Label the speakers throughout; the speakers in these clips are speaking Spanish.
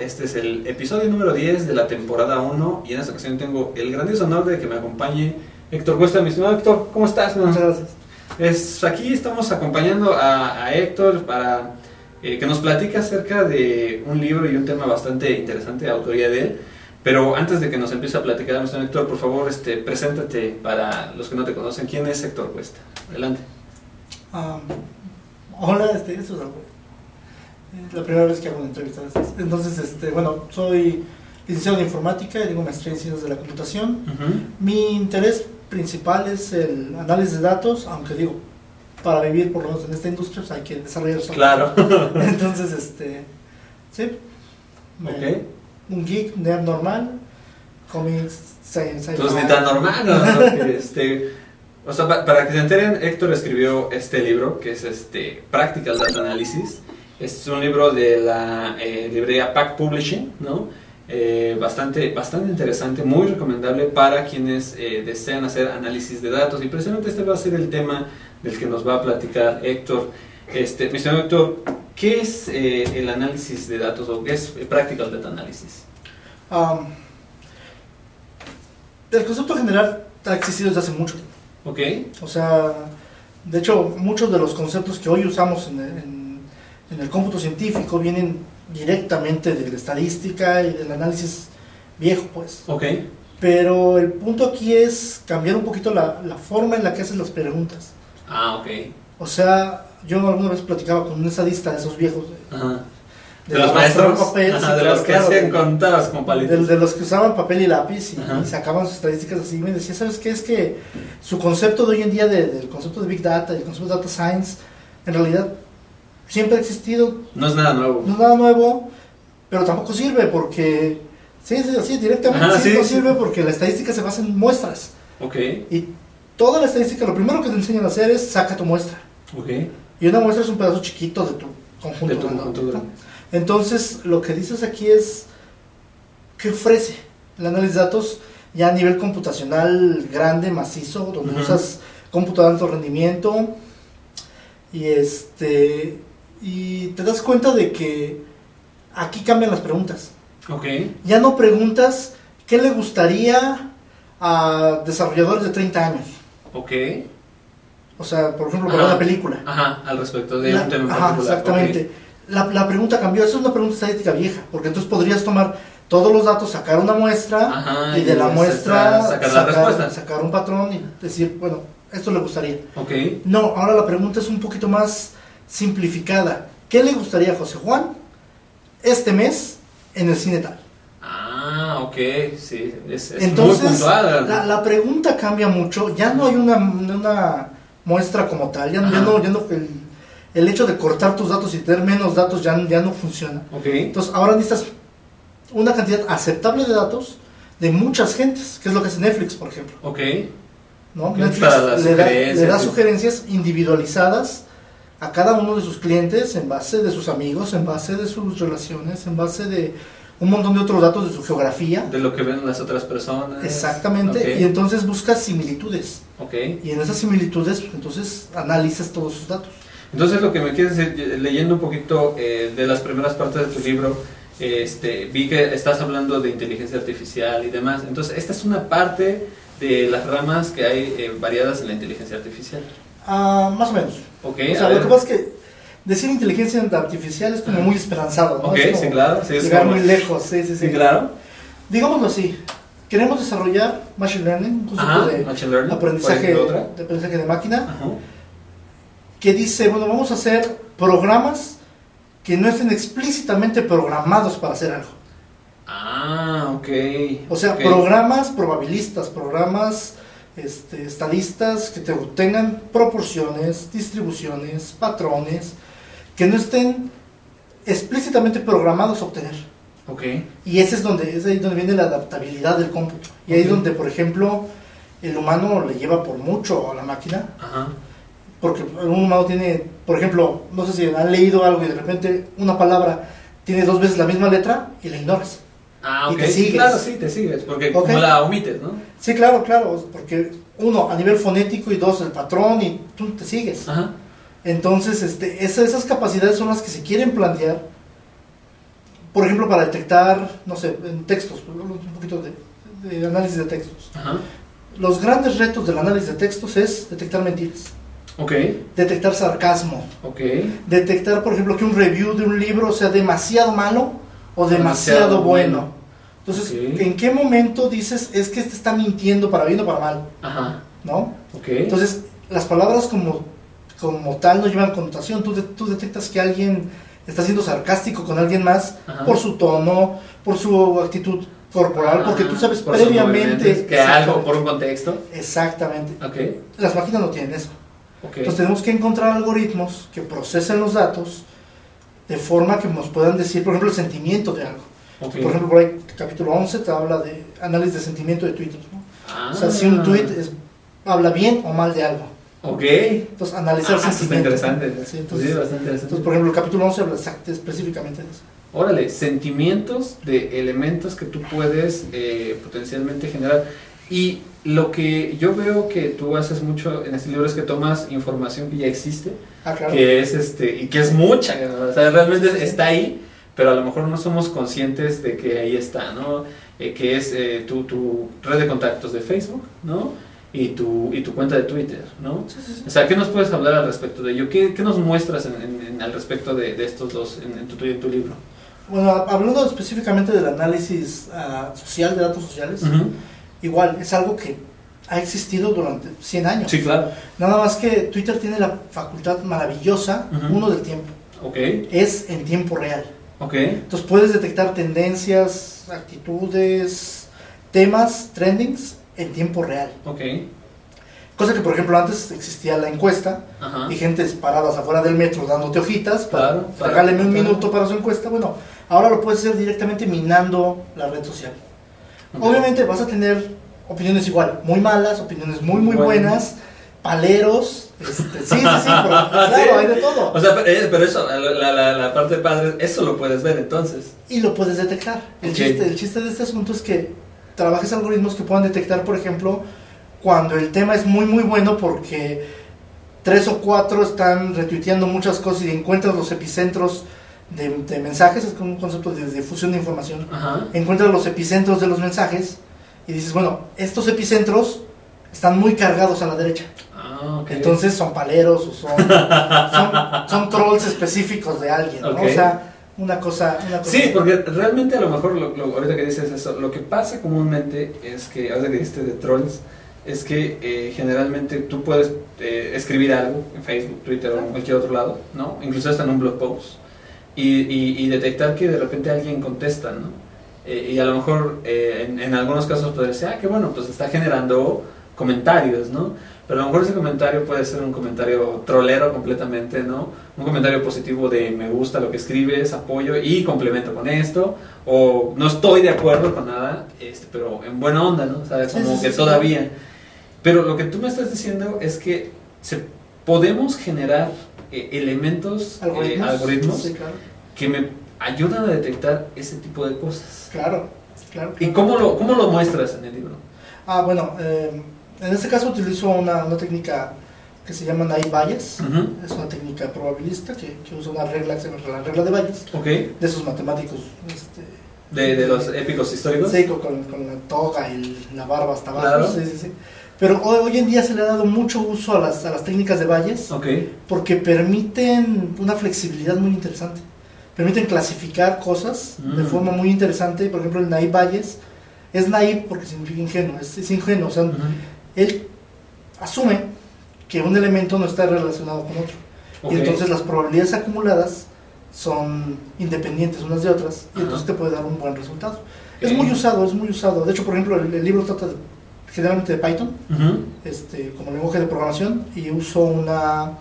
Speaker 1: Este es el episodio número 10 de la temporada 1 y en esta ocasión tengo el grandioso honor de que me acompañe Héctor Cuesta, mi estimado Héctor, ¿cómo estás?
Speaker 2: Muchas gracias.
Speaker 1: Es, aquí estamos acompañando a, a Héctor para eh, que nos platique acerca de un libro y un tema bastante interesante de autoría de él. Pero antes de que nos empiece a platicar, nuestro Héctor, por favor, este, preséntate para los que no te conocen. ¿Quién es Héctor Cuesta? Adelante.
Speaker 2: Ah, hola, este, eso es algo. Es la primera vez que hago una entrevista. de estas. Entonces, este, bueno, soy licenciado en informática y tengo maestría en ciencias de la computación. Mi interés principal es el análisis de datos, aunque digo, para vivir por lo menos en esta industria pues, hay que desarrollar software.
Speaker 1: Claro.
Speaker 2: Entonces, este, sí, me-
Speaker 1: ok.
Speaker 2: un geek, un nerd normal, comics, science,
Speaker 1: Entonces
Speaker 2: sci-fi.
Speaker 1: ni tan normal, ¿no? Porque, este, o sea, pa- para que se enteren, Héctor escribió este libro que es este Practical Data Analysis. Este es un libro de la eh, librería Pack Publishing, ¿no? Eh, bastante, bastante interesante, muy recomendable para quienes eh, desean hacer análisis de datos. Y precisamente este va a ser el tema del que nos va a platicar Héctor. Este, mi señor Héctor, ¿qué es eh, el análisis de datos o qué es eh, Practical Data Analysis?
Speaker 2: Am, el concepto general ha existido desde hace mucho tiempo.
Speaker 1: ¿Ok?
Speaker 2: O sea, de hecho, muchos de los conceptos que hoy usamos en, en- en el cómputo científico vienen directamente de la estadística y del análisis viejo, pues.
Speaker 1: ¿Ok?
Speaker 2: Pero el punto aquí es cambiar un poquito la, la forma en la que haces las preguntas.
Speaker 1: Ah, ok.
Speaker 2: O sea, yo alguna vez platicaba con un estadista de esos viejos, de,
Speaker 1: Ajá.
Speaker 2: de los maestros de papel,
Speaker 1: Ajá,
Speaker 2: sí,
Speaker 1: de
Speaker 2: claro,
Speaker 1: los que
Speaker 2: claro,
Speaker 1: hacían
Speaker 2: de-
Speaker 1: contadas con
Speaker 2: de,
Speaker 1: palitos.
Speaker 2: de los que usaban papel y lápiz y,
Speaker 1: Ajá.
Speaker 2: y sacaban sus estadísticas así, y me decía, ¿sabes qué? Es que su concepto de hoy en día, de- del concepto de Big Data, el concepto de Data Science, en realidad siempre ha existido,
Speaker 1: No es nada nuevo.
Speaker 2: no es nada nuevo, pero tampoco sirve porque, sí, sí, sí, directamente
Speaker 1: Ajá,
Speaker 2: sí,
Speaker 1: sí,
Speaker 2: no
Speaker 1: sí.
Speaker 2: sirve porque la estadística se basa en muestras.
Speaker 1: Ok,
Speaker 2: Y toda la estadística, lo primero que te enseñan a hacer es saca tu muestra.
Speaker 1: ok.
Speaker 2: Y una muestra es un pedazo chiquito de tu conjunto.
Speaker 1: De tu
Speaker 2: ¿no?
Speaker 1: conjunto grande.
Speaker 2: Entonces, lo que dices aquí es qué ofrece el análisis de datos ya a nivel computacional grande, macizo, donde
Speaker 1: Ujú.
Speaker 2: usas computador de alto rendimiento y este y te das cuenta de que aquí cambian las preguntas.
Speaker 1: Ok,
Speaker 2: Ya no preguntas qué le gustaría a desarrolladores de 30 años.
Speaker 1: ok.
Speaker 2: O sea, por ejemplo, para
Speaker 1: Ajá.
Speaker 2: una película.
Speaker 1: Ajá, al respecto de
Speaker 2: La-
Speaker 1: un tema en
Speaker 2: ajá,
Speaker 1: particular.
Speaker 2: exactamente. La, la pregunta cambió. Esa es una pregunta estadística vieja, porque entonces podrías tomar todos los datos, sacar una
Speaker 1: ok.
Speaker 2: muestra
Speaker 1: Ajá,
Speaker 2: y de la
Speaker 1: saca-
Speaker 2: muestra
Speaker 1: Sacar la respuesta.
Speaker 2: sacar un patrón y decir, bueno, esto le gustaría.
Speaker 1: Ok,
Speaker 2: No, ahora la pregunta es un poquito más simplificada. ¿Qué le gustaría a José Juan este mes en el cine tal?
Speaker 1: ah, ok. Sí, es, es muy
Speaker 2: Entonces,
Speaker 1: puntual.
Speaker 2: la, la pregunta cambia mucho. Ya no hay una, una muestra como tal. Ya, ya
Speaker 1: Ajá.
Speaker 2: no, ya no- el, el hecho de cortar tus datos y tener menos datos ya, ya no funciona.
Speaker 1: Ok,
Speaker 2: Entonces, ahora necesitas una cantidad aceptable de datos de muchas gentes, que es lo que hace Netflix, por ejemplo.
Speaker 1: ok.
Speaker 2: ¿no?
Speaker 1: Ok,
Speaker 2: Netflix
Speaker 1: para las
Speaker 2: le da,
Speaker 1: sugerencias,
Speaker 2: le da
Speaker 1: sí.
Speaker 2: sugerencias individualizadas a cada uno de sus clientes en base de sus amigos, en base de sus relaciones, en base de un montón de otros datos de su geografía.
Speaker 1: De lo que ven las otras personas.
Speaker 2: Exactamente, y entonces buscas similitudes.
Speaker 1: Ok. ok.
Speaker 2: Y en esas similitudes, pues, entonces analizas todos sus datos.
Speaker 1: Entonces lo que me quieres decir, yo- leyendo un poquito eh, de las primeras partes de tu libro, este, vi que estás hablando de inteligencia artificial y demás. Entonces esta es una parte de las ramas que hay eh, variadas en la inteligencia artificial.
Speaker 2: Ah, más o menos.
Speaker 1: ¿Ok?
Speaker 2: O
Speaker 1: a
Speaker 2: sea, lo
Speaker 1: ver.
Speaker 2: que pasa es que decir inteligencia artificial es como muy esperanzado. ¿no?
Speaker 1: Ok,
Speaker 2: Es como
Speaker 1: sí, claro. Sí, es
Speaker 2: Llegar
Speaker 1: como-
Speaker 2: muy lejos, sí, sí, sí.
Speaker 1: Sí, claro.
Speaker 2: Digámoslo así, queremos desarrollar Machine Learning, un concepto
Speaker 1: Ajá,
Speaker 2: de
Speaker 1: machine learning. por
Speaker 2: aprendizaje,
Speaker 1: ejemplo, otra.
Speaker 2: de aprendizaje de máquina,
Speaker 1: Ajá.
Speaker 2: que dice, bueno, vamos a hacer programas que no estén explícitamente programados para hacer algo.
Speaker 1: Ah, ok.
Speaker 2: O sea,
Speaker 1: ok.
Speaker 2: programas probabilistas, programas este, estadistas que te tengan proporciones, distribuciones, patrones, que no estén explícitamente programados a obtener.
Speaker 1: Ok,
Speaker 2: Y ese es donde, es ahí donde viene la adaptabilidad del cómputo. Y ahí es
Speaker 1: Ok.
Speaker 2: donde, por ejemplo, el humano le lleva por mucho a la máquina,
Speaker 1: ajá.
Speaker 2: porque un humano tiene, por ejemplo, no sé si han leído algo y de repente una palabra tiene dos veces la misma letra y la ignoras.
Speaker 1: Ah,
Speaker 2: Y
Speaker 1: ok.
Speaker 2: te
Speaker 1: sí,
Speaker 2: sigues.
Speaker 1: claro, sí, te sigues. Porque
Speaker 2: Ok.
Speaker 1: como la omites, ¿no?
Speaker 2: Sí, claro, claro, porque uno, a nivel fonético y dos, el patrón y tú te sigues.
Speaker 1: Ajá.
Speaker 2: Entonces, este, esa- esas capacidades son las que se quieren plantear por ejemplo, para detectar, no sé, en textos, un poquito de, de análisis de textos.
Speaker 1: Ajá.
Speaker 2: Los grandes retos del análisis de textos es detectar mentiras,
Speaker 1: Ok,
Speaker 2: detectar sarcasmo,
Speaker 1: ok.
Speaker 2: detectar, por ejemplo, que un review de un libro sea demasiado malo o demasiado,
Speaker 1: Demasiado
Speaker 2: bueno.
Speaker 1: bueno.
Speaker 2: Entonces,
Speaker 1: Ok.
Speaker 2: ¿en qué momento dices es que este está mintiendo para bien o para mal?
Speaker 1: Ajá,
Speaker 2: ¿No?
Speaker 1: ok.
Speaker 2: Entonces, las palabras como, como tal no llevan connotación. Tú, de- tú detectas que alguien está siendo sarcástico con alguien más
Speaker 1: Ajá.
Speaker 2: por su tono, por su actitud corporal, porque tú sabes
Speaker 1: Por sus
Speaker 2: previamente...
Speaker 1: movimientos, que algo por un contexto.
Speaker 2: Exactamente.
Speaker 1: Ok,
Speaker 2: Las máquinas no tienen eso.
Speaker 1: ok.
Speaker 2: Entonces tenemos que encontrar algoritmos que procesen los datos de forma que nos puedan decir, por ejemplo, el sentimiento de algo.
Speaker 1: ok.
Speaker 2: Por ejemplo, por ahí, capítulo 11 te habla de análisis de sentimiento de Twitter. ¿no?
Speaker 1: Ah,
Speaker 2: O sea, si un tweet eh, es- habla bien o mal de algo.
Speaker 1: Ok.
Speaker 2: Entonces,
Speaker 1: Ah,
Speaker 2: pues,
Speaker 1: eso
Speaker 2: analizar
Speaker 1: está
Speaker 2: sentimiento.
Speaker 1: interesante.
Speaker 2: Sí,
Speaker 1: Sí,
Speaker 2: entonces-
Speaker 1: bastante interesante.
Speaker 2: Entonces, por ejemplo, el capítulo 11 habla exact- específicamente de eso.
Speaker 1: Órale, sentimientos de elementos que tú puedes eh, potencialmente generar. Y lo que yo veo que tú haces mucho en este libro es que tomas información que ya existe,
Speaker 2: Ah, claro.
Speaker 1: que es este, y que es mucha, ¿no? o sea,
Speaker 2: Sí, sí,
Speaker 1: realmente
Speaker 2: sí.
Speaker 1: está ahí, pero a lo mejor no somos conscientes de que ahí está, ¿no? Eh, que es eh, tu, tu red de contactos de Facebook, ¿no? Y tu, y tu cuenta de Twitter, ¿no?
Speaker 2: Sí, sí, sí.
Speaker 1: O sea, ¿qué nos puedes hablar al respecto de ello? ¿Qué, qué nos muestras en- en- en- al respecto de, de estos dos en, en tu, en tu libro?
Speaker 2: Bueno, hab- hablando específicamente del análisis ah, social, de datos sociales,
Speaker 1: Ujú.
Speaker 2: igual es algo que ha existido durante 100 años.
Speaker 1: Sí, claro.
Speaker 2: Nada más que Twitter tiene la facultad maravillosa,
Speaker 1: Ujú.
Speaker 2: uno del tiempo.
Speaker 1: Ok,
Speaker 2: Es en tiempo real.
Speaker 1: ok,
Speaker 2: Entonces puedes detectar tendencias, actitudes, temas, trendings en tiempo real.
Speaker 1: ok.
Speaker 2: Cosa que, por ejemplo, antes existía la encuesta
Speaker 1: Ajá.
Speaker 2: y gentes paradas afuera del metro dándote hojitas para
Speaker 1: Ah. Claro, para-
Speaker 2: regáleme un
Speaker 1: claro.
Speaker 2: minuto para su encuesta. Bueno, ahora lo puedes hacer directamente minando la red social.
Speaker 1: Ok.
Speaker 2: Obviamente vas a tener opiniones igual, muy malas, opiniones muy, muy
Speaker 1: Bueno.
Speaker 2: buenas, paleros. Este, sí, sí, sí, pero, claro,
Speaker 1: Sí.
Speaker 2: hay de todo.
Speaker 1: O sea, pero, eh, pero eso, la, la- la- la parte padre, eso lo puedes ver entonces.
Speaker 2: Y lo puedes detectar. El,
Speaker 1: Ok.
Speaker 2: chiste, el chiste de este asunto es que trabajes algoritmos que puedan detectar, por ejemplo, cuando el tema es muy, muy bueno porque tres o cuatro están retuiteando muchas cosas y encuentras los epicentros de, de mensajes, es como un concepto de difusión de información.
Speaker 1: Ajá.
Speaker 2: encuentras los epicentros de los mensajes y dices, bueno, estos epicentros están muy cargados a la derecha.
Speaker 1: Ah, ok.
Speaker 2: Entonces son paleros o son, son, son trolls específicos de alguien, ¿no?
Speaker 1: Ok.
Speaker 2: O sea, una cosa... Una cosa
Speaker 1: Sí, porque realmente a lo mejor, lo, lo- ahorita que dices eso, lo que pasa comúnmente es que, ahorita que dijiste de trolls, es que eh, generalmente tú puedes eh, escribir algo en Facebook, Twitter o en cualquier otro lado, ¿no? Incluso hasta en un blog post. Y, y- y detectar que de repente alguien contesta, ¿no? Eh, y a lo mejor eh, en, en algunos casos podría decir, ah, qué bueno, pues está generando comentarios, ¿no? Pero a lo mejor ese comentario puede ser un comentario trolero completamente, ¿no? Un comentario positivo de me gusta lo que escribes, apoyo y complemento con esto, o no estoy de acuerdo con nada, este, pero en buena onda, ¿no? O sea,
Speaker 2: Sí,
Speaker 1: como
Speaker 2: sí,
Speaker 1: que
Speaker 2: sí,
Speaker 1: todavía. Pero lo que tú me estás diciendo es que se, podemos generar eh, elementos, eh,
Speaker 2: Algoritmos.
Speaker 1: algoritmos
Speaker 2: Sí, claro.
Speaker 1: que me ayudan a detectar ese tipo de cosas.
Speaker 2: Claro, claro.
Speaker 1: ¿Y cómo lo, cómo lo muestras en el libro?
Speaker 2: Ah, bueno, eh, en este caso utilizo una, una técnica que se llama Naive Bayes.
Speaker 1: Ujú.
Speaker 2: Es una técnica probabilista que, que usa una regla que se llama la regla de Bayes,
Speaker 1: Ok.
Speaker 2: de esos matemáticos este,
Speaker 1: De, de los épicos históricos.
Speaker 2: Sí, con, con- con la toga y el- la barba hasta abajo.
Speaker 1: Claro.
Speaker 2: sí, sí, sí. Pero hoy, hoy en día se le ha dado mucho uso a las, a las técnicas de valles
Speaker 1: Ok.
Speaker 2: porque permiten una flexibilidad muy interesante. Permiten clasificar cosas de
Speaker 1: Mm.
Speaker 2: forma muy interesante. Por ejemplo, el Naive Valles es naive porque significa ingenuo, es, es ingenuo. O sea,
Speaker 1: Ujú.
Speaker 2: él asume que un elemento no está relacionado con otro.
Speaker 1: Ok.
Speaker 2: Y entonces las probabilidades acumuladas son independientes unas de otras y
Speaker 1: Ajá.
Speaker 2: entonces te puede dar un buen resultado. Es
Speaker 1: Ok.
Speaker 2: muy usado, es muy usado. De hecho, por ejemplo, el, el libro trata de- generalmente de Python
Speaker 1: Ujú.
Speaker 2: este, como lenguaje de programación y uso una,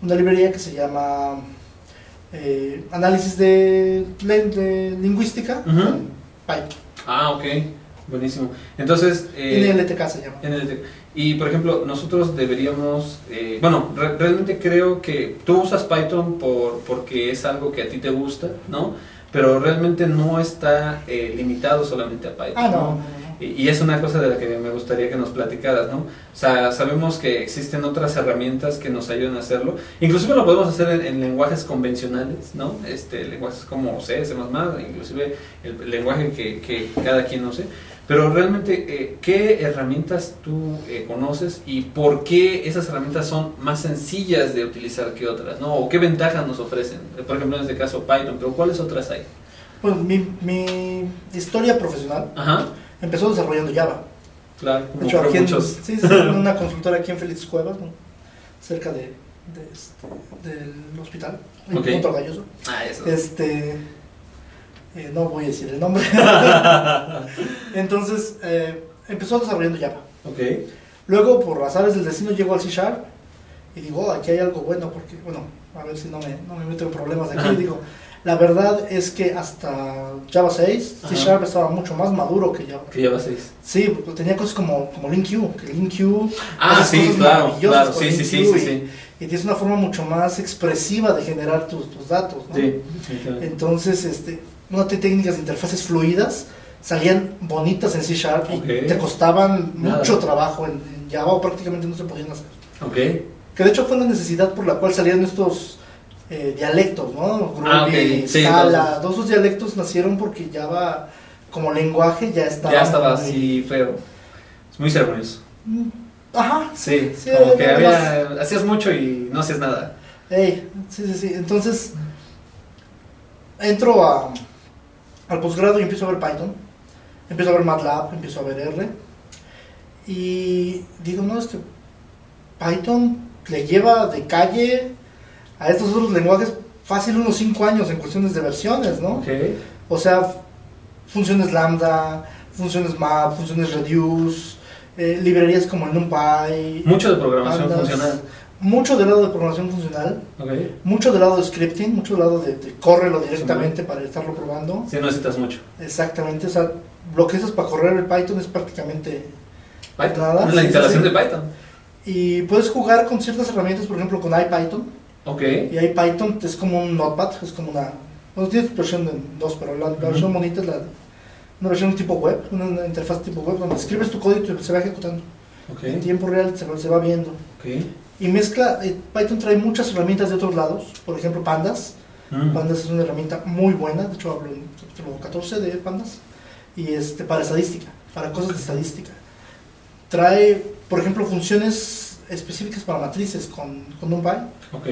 Speaker 2: una librería que se llama eh, Análisis de, le- de Lingüística
Speaker 1: Ujú.
Speaker 2: con Python.
Speaker 1: Ah, ok. Buenísimo. Entonces. eh,
Speaker 2: NLTK se llama.
Speaker 1: en el- y por ejemplo, nosotros deberíamos. eh, bueno, re- realmente creo que tú usas Python por, porque es algo que a ti te gusta, ¿no? Pero realmente no está eh, limitado solamente a Python.
Speaker 2: Ah, no.
Speaker 1: ¿no?
Speaker 2: no, no, no.
Speaker 1: Y, y es una cosa de la que me gustaría que nos platicaras, ¿no? O sea, sabemos que existen otras herramientas que nos ayudan a hacerlo. Inclusive lo podemos hacer en, en lenguajes convencionales, ¿no? Este, lenguajes como C, C++, inclusive el lenguaje que, que cada quien use. Pero realmente, eh, ¿qué herramientas tú eh, conoces y por qué esas herramientas son más sencillas de utilizar que otras? ¿no? ¿O qué ventajas nos ofrecen? Por ejemplo, en este caso Python, pero ¿cuáles otras hay?
Speaker 2: Bueno, mi, mi historia profesional
Speaker 1: Ajá,
Speaker 2: empezó desarrollando Java.
Speaker 1: claro,
Speaker 2: De
Speaker 1: como
Speaker 2: hecho,
Speaker 1: por
Speaker 2: aquí en,
Speaker 1: muchos.
Speaker 2: sí, sí, en una consultora aquí en Félix Cuevas, ¿no? cerca de, de este, del hospital, en
Speaker 1: Ok.
Speaker 2: Punto Galloso.
Speaker 1: Ah, eso.
Speaker 2: Este, eh, no voy a decir el nombre. Entonces, eh, empezó desarrollando Java.
Speaker 1: ok,
Speaker 2: Luego, por azares del destino, llego al C Sharp y digo, "Oh, aquí hay algo bueno, porque, bueno, a ver si no me, no me meto en problemas aquí.
Speaker 1: Ajá.
Speaker 2: Digo, la verdad es que hasta Java 6, C
Speaker 1: Ajá.
Speaker 2: Sharp estaba mucho más maduro que Java.
Speaker 1: que lleva seis.
Speaker 2: Sí, porque tenía cosas como, como LinQ, que LinQ
Speaker 1: Ah,
Speaker 2: Esas
Speaker 1: sí,
Speaker 2: cosas
Speaker 1: claro,
Speaker 2: maravillosas
Speaker 1: claro,
Speaker 2: con
Speaker 1: sí, sí, sí,
Speaker 2: LinQ
Speaker 1: sí,
Speaker 2: y-
Speaker 1: sí.
Speaker 2: y tienes una forma mucho más expresiva de generar tus, tus datos. ¿no?
Speaker 1: Sí, definitivamente.
Speaker 2: Entonces, este, no te técnicas de interfaces fluidas salían bonitas en C Sharp y
Speaker 1: Ok.
Speaker 2: te costaban
Speaker 1: Nada.
Speaker 2: mucho trabajo en, en Java o prácticamente no se podían hacer.
Speaker 1: ok,
Speaker 2: Que de hecho fue una necesidad por la cual salían estos eh, dialectos, ¿no? Groovy,
Speaker 1: Ah, ok, sí,
Speaker 2: Scala,
Speaker 1: entonces.
Speaker 2: todos esos dialectos nacieron porque Java como lenguaje ya estaba.
Speaker 1: ya estaba
Speaker 2: muy-
Speaker 1: así feo. Es muy ceremonioso.
Speaker 2: Mm, Ajá,
Speaker 1: Sí,
Speaker 2: Sí,
Speaker 1: como que
Speaker 2: nada
Speaker 1: había, hacías mucho y no hacías nada.
Speaker 2: Ey, sí, sí, sí. Entonces, entro a, al posgrado y empiezo a ver Python, empiezo a ver MATLAB, empiezo a ver R. Y digo, no, es que Python le lleva de calle a estos otros lenguajes fácil unos 5 años en cuestiones de versiones, ¿no?
Speaker 1: Ok,
Speaker 2: O sea, funciones lambda, funciones map, funciones reduce, eh, librerías como el NumPy,
Speaker 1: mucho de programación
Speaker 2: Andas-
Speaker 1: funcional.
Speaker 2: mucho del lado de programación funcional
Speaker 1: Ok.
Speaker 2: mucho del lado de scripting, mucho del lado de, de córrelo directamente para estarlo probando.
Speaker 1: Sí, no necesitas mucho.
Speaker 2: Exactamente, o sea, lo que haces para correr el Python es prácticamente...
Speaker 1: Python.
Speaker 2: Nada,
Speaker 1: la
Speaker 2: sí,
Speaker 1: instalación
Speaker 2: sí.
Speaker 1: de Python.
Speaker 2: Y puedes jugar con ciertas herramientas, por ejemplo, con IPython.
Speaker 1: Ok.
Speaker 2: Y IPython es como un notepad, es como una... Bueno, tiene su versión en dos, pero la, la
Speaker 1: Ujú.
Speaker 2: versión bonita es la... Una versión tipo web, una, una interfaz tipo web, donde escribes tu código y se va ejecutando.
Speaker 1: Ok.
Speaker 2: En tiempo real se va, se va viendo.
Speaker 1: Ok.
Speaker 2: Y mezcla, eh, Python trae muchas herramientas de otros lados, por ejemplo, Pandas.
Speaker 1: Mm.
Speaker 2: Pandas es una herramienta muy buena, de hecho hablo en el capítulo 14 de Pandas, y este, para estadística, para cosas de estadística. Trae, por ejemplo, funciones específicas para matrices con, con NumPy,
Speaker 1: Ok.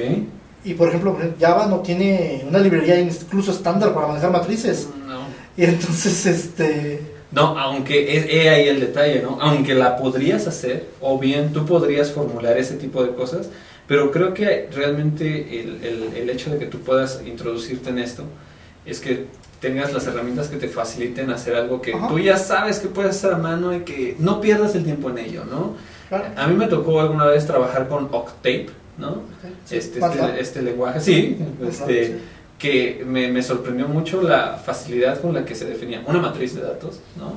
Speaker 2: y por ejemplo, Java no tiene una librería incluso estándar para manejar matrices,
Speaker 1: No.
Speaker 2: y entonces, este,
Speaker 1: No, aunque es he ahí el detalle, ¿no? Aunque la podrías hacer, o bien tú podrías formular ese tipo de cosas, pero creo que realmente el, el- el hecho de que tú puedas introducirte en esto es que tengas las herramientas que te faciliten hacer algo que
Speaker 2: Ajá.
Speaker 1: tú ya sabes que puedes hacer a mano y que no pierdas el tiempo en ello, ¿no?
Speaker 2: claro,
Speaker 1: A mí me tocó alguna vez trabajar con Octape, ¿no?
Speaker 2: sí,
Speaker 1: este,
Speaker 2: MATLAB,
Speaker 1: este, este lenguaje, sí,
Speaker 2: MATLAB,
Speaker 1: este,
Speaker 2: sí.
Speaker 1: que me, me sorprendió mucho la facilidad con la que se definía una matriz de datos, ¿no?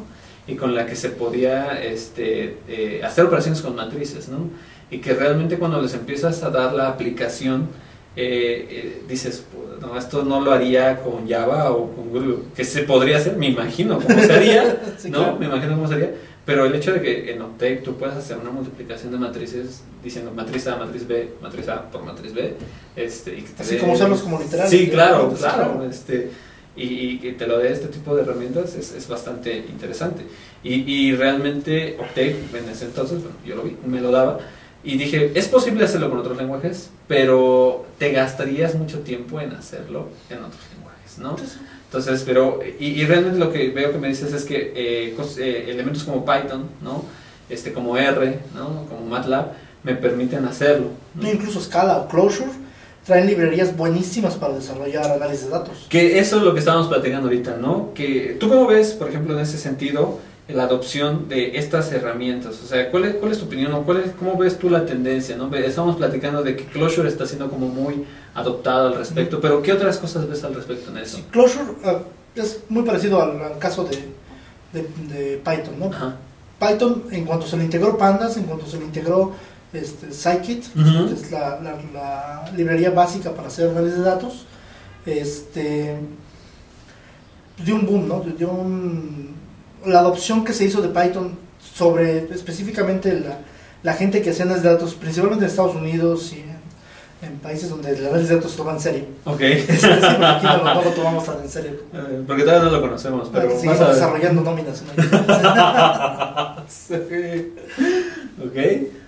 Speaker 1: Y con la que se podía este, eh, hacer operaciones con matrices, ¿no? Y que realmente cuando les empiezas a dar la aplicación, eh, eh, dices, no, esto no lo haría con Java o con Groovy, que se podría hacer, me imagino cómo se haría,
Speaker 2: Sí,
Speaker 1: este, ¿no?
Speaker 2: claro.
Speaker 1: Me imagino cómo sería. Pero el hecho de que en Octave tú puedas hacer una multiplicación de matrices diciendo matriz A, matriz B, matriz A por matriz B, este, y que te
Speaker 2: Así
Speaker 1: dé-
Speaker 2: como usarlos como literales.
Speaker 1: Sí, claro,
Speaker 2: directamente,
Speaker 1: claro. Este, y, y que te lo dé este tipo de herramientas es, es bastante interesante. Y, y realmente Octave en ese entonces, bueno, yo lo vi, me lo daba. Y dije, es posible hacerlo con otros lenguajes, pero te gastarías mucho tiempo en hacerlo en otros lenguajes, ¿no?
Speaker 2: Entonces,
Speaker 1: Entonces, pero, y, y realmente lo que veo que me dices es que eh, cos- eh, elementos como Python, ¿no? Este, como R, ¿no? Como MATLAB, me permiten hacerlo. ¿no?
Speaker 2: Incluso Scala o Closure traen librerías buenísimas para desarrollar análisis de datos.
Speaker 1: Que eso es lo que estábamos platicando ahorita, ¿no? Que tú cómo ves, por ejemplo, en ese sentido, la adopción de estas herramientas. O sea, ¿cuál es, cuál es tu opinión o cuál es, cómo ves tú la tendencia, ¿no? Ve- Estamos platicando de que Closure está siendo como muy adoptado al respecto, pero ¿qué otras cosas ves al respecto en eso?
Speaker 2: Closure ah, es muy parecido al, al caso de, de- de Python, ¿no?
Speaker 1: Ajá.
Speaker 2: Python, en cuanto se le integró Pandas, en cuanto se le integró este, Scikit,
Speaker 1: Ujú.
Speaker 2: que es la, la- la librería básica para hacer análisis de datos, este, dio un boom, ¿no? Dio un, la adopción que se hizo de Python sobre específicamente la, la gente que hacía análisis de datos, principalmente en Estados Unidos y en, en países donde el análisis de datos se toma en serio.
Speaker 1: Ok.
Speaker 2: Este, sí, porque aquí no, lo- no lo tomamos tan en serio.
Speaker 1: Eh, Porque todavía no lo conocemos, pero
Speaker 2: Porque
Speaker 1: más
Speaker 2: seguimos
Speaker 1: a
Speaker 2: desarrollando nóminas. ¿no?
Speaker 1: Sí. Ok.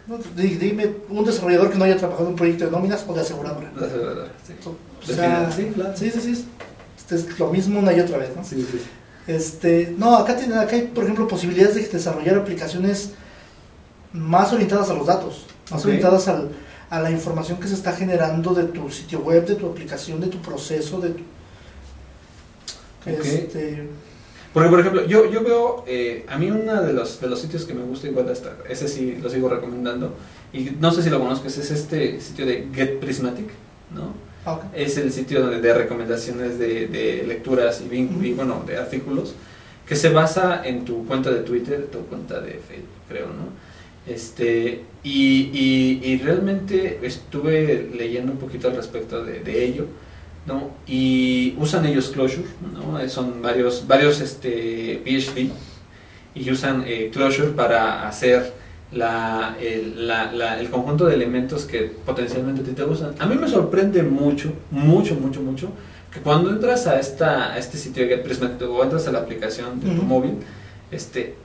Speaker 2: No, di- Dime un desarrollador que no haya trabajado en un proyecto de nóminas o de aseguradora.
Speaker 1: La aseguradora, sí.
Speaker 2: O sea,
Speaker 1: Sí, claro.
Speaker 2: sí, sí, sí. Este Es lo mismo una y otra vez, ¿no?
Speaker 1: Sí, sí.
Speaker 2: Este, no, acá, tiene, acá hay, por ejemplo, posibilidades de desarrollar aplicaciones más orientadas a los datos, más
Speaker 1: Ok.
Speaker 2: orientadas al- a la información que se está generando de tu sitio web, de tu aplicación, de tu proceso, de tu...
Speaker 1: Ok.
Speaker 2: Este,
Speaker 1: Porque, por ejemplo, yo, yo veo, eh, a mí uno de los, de los sitios que me gusta igual hasta, ese sí lo sigo recomendando, y no sé si lo conozcas, es este sitio de Get Prismatic, ¿no?
Speaker 2: ah, ok.
Speaker 1: Es el sitio donde de recomendaciones de, de lecturas y, vin- y,
Speaker 2: Ujú.
Speaker 1: bueno, de artículos, que se basa en tu cuenta de Twitter, tu cuenta de Facebook, creo, ¿no? Este, y, y- y realmente estuve leyendo un poquito al respecto de, de ello, ¿no? Y usan ellos Closure, ¿no? Eh, Son varios, varios este, PhD y usan eh, Closure para hacer la, el, la- la- el conjunto de elementos que potencialmente a ti te gustan. A mí me sorprende mucho, mucho, mucho, mucho, que cuando entras a, esta, a este sitio de Get Prismatic o entras a la aplicación de tu
Speaker 2: Ujú.
Speaker 1: móvil, este,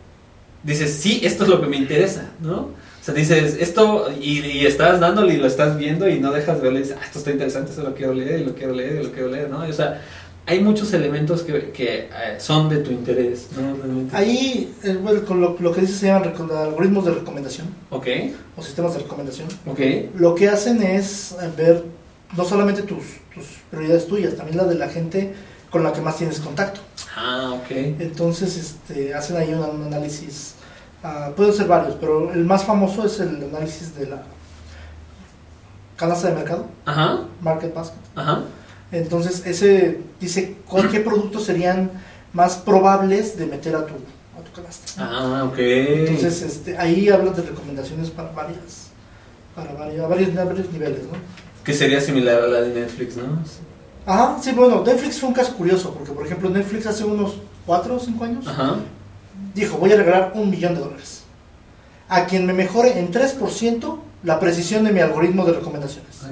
Speaker 1: dices, sí, esto es lo que me interesa, ¿no? O sea, dices, esto, y, y estás dándole y lo estás viendo y no dejas de verlo y dices, ah, esto está interesante, eso lo quiero leer y lo quiero leer y lo quiero leer, ¿no? Y, o sea, hay muchos elementos que, que eh, son de tu interés, ¿no? Realmente.
Speaker 2: Ahí, eh, bueno, con lo, lo que dice se llaman reco- algoritmos de recomendación
Speaker 1: Ok,
Speaker 2: o sistemas de recomendación.
Speaker 1: ok,
Speaker 2: Lo que hacen es eh, ver no solamente tus, tus prioridades tuyas, también la de la gente con la que más tienes contacto.
Speaker 1: ah, ok.
Speaker 2: Entonces este, hacen ahí un, un análisis, ah, pueden ser varios, pero el más famoso es el análisis de la canasta de mercado,
Speaker 1: Ajá,
Speaker 2: market basket.
Speaker 1: ajá,
Speaker 2: Entonces ese dice cuál, qué productos serían más probables de meter a tu, a tu canasta.
Speaker 1: ah, ok.
Speaker 2: Entonces este, ahí hablas de recomendaciones para varias, para varios, a varios, a varios niveles, ¿no?
Speaker 1: que sería similar a la de Netflix, ¿no?
Speaker 2: Ajá, sí, bueno, Netflix fue un caso curioso, porque por ejemplo Netflix hace unos 4 o 5 años
Speaker 1: Ajá,
Speaker 2: dijo, voy a regalar un millón de dólares. A quien me mejore en 3% la precisión de mi algoritmo de recomendaciones.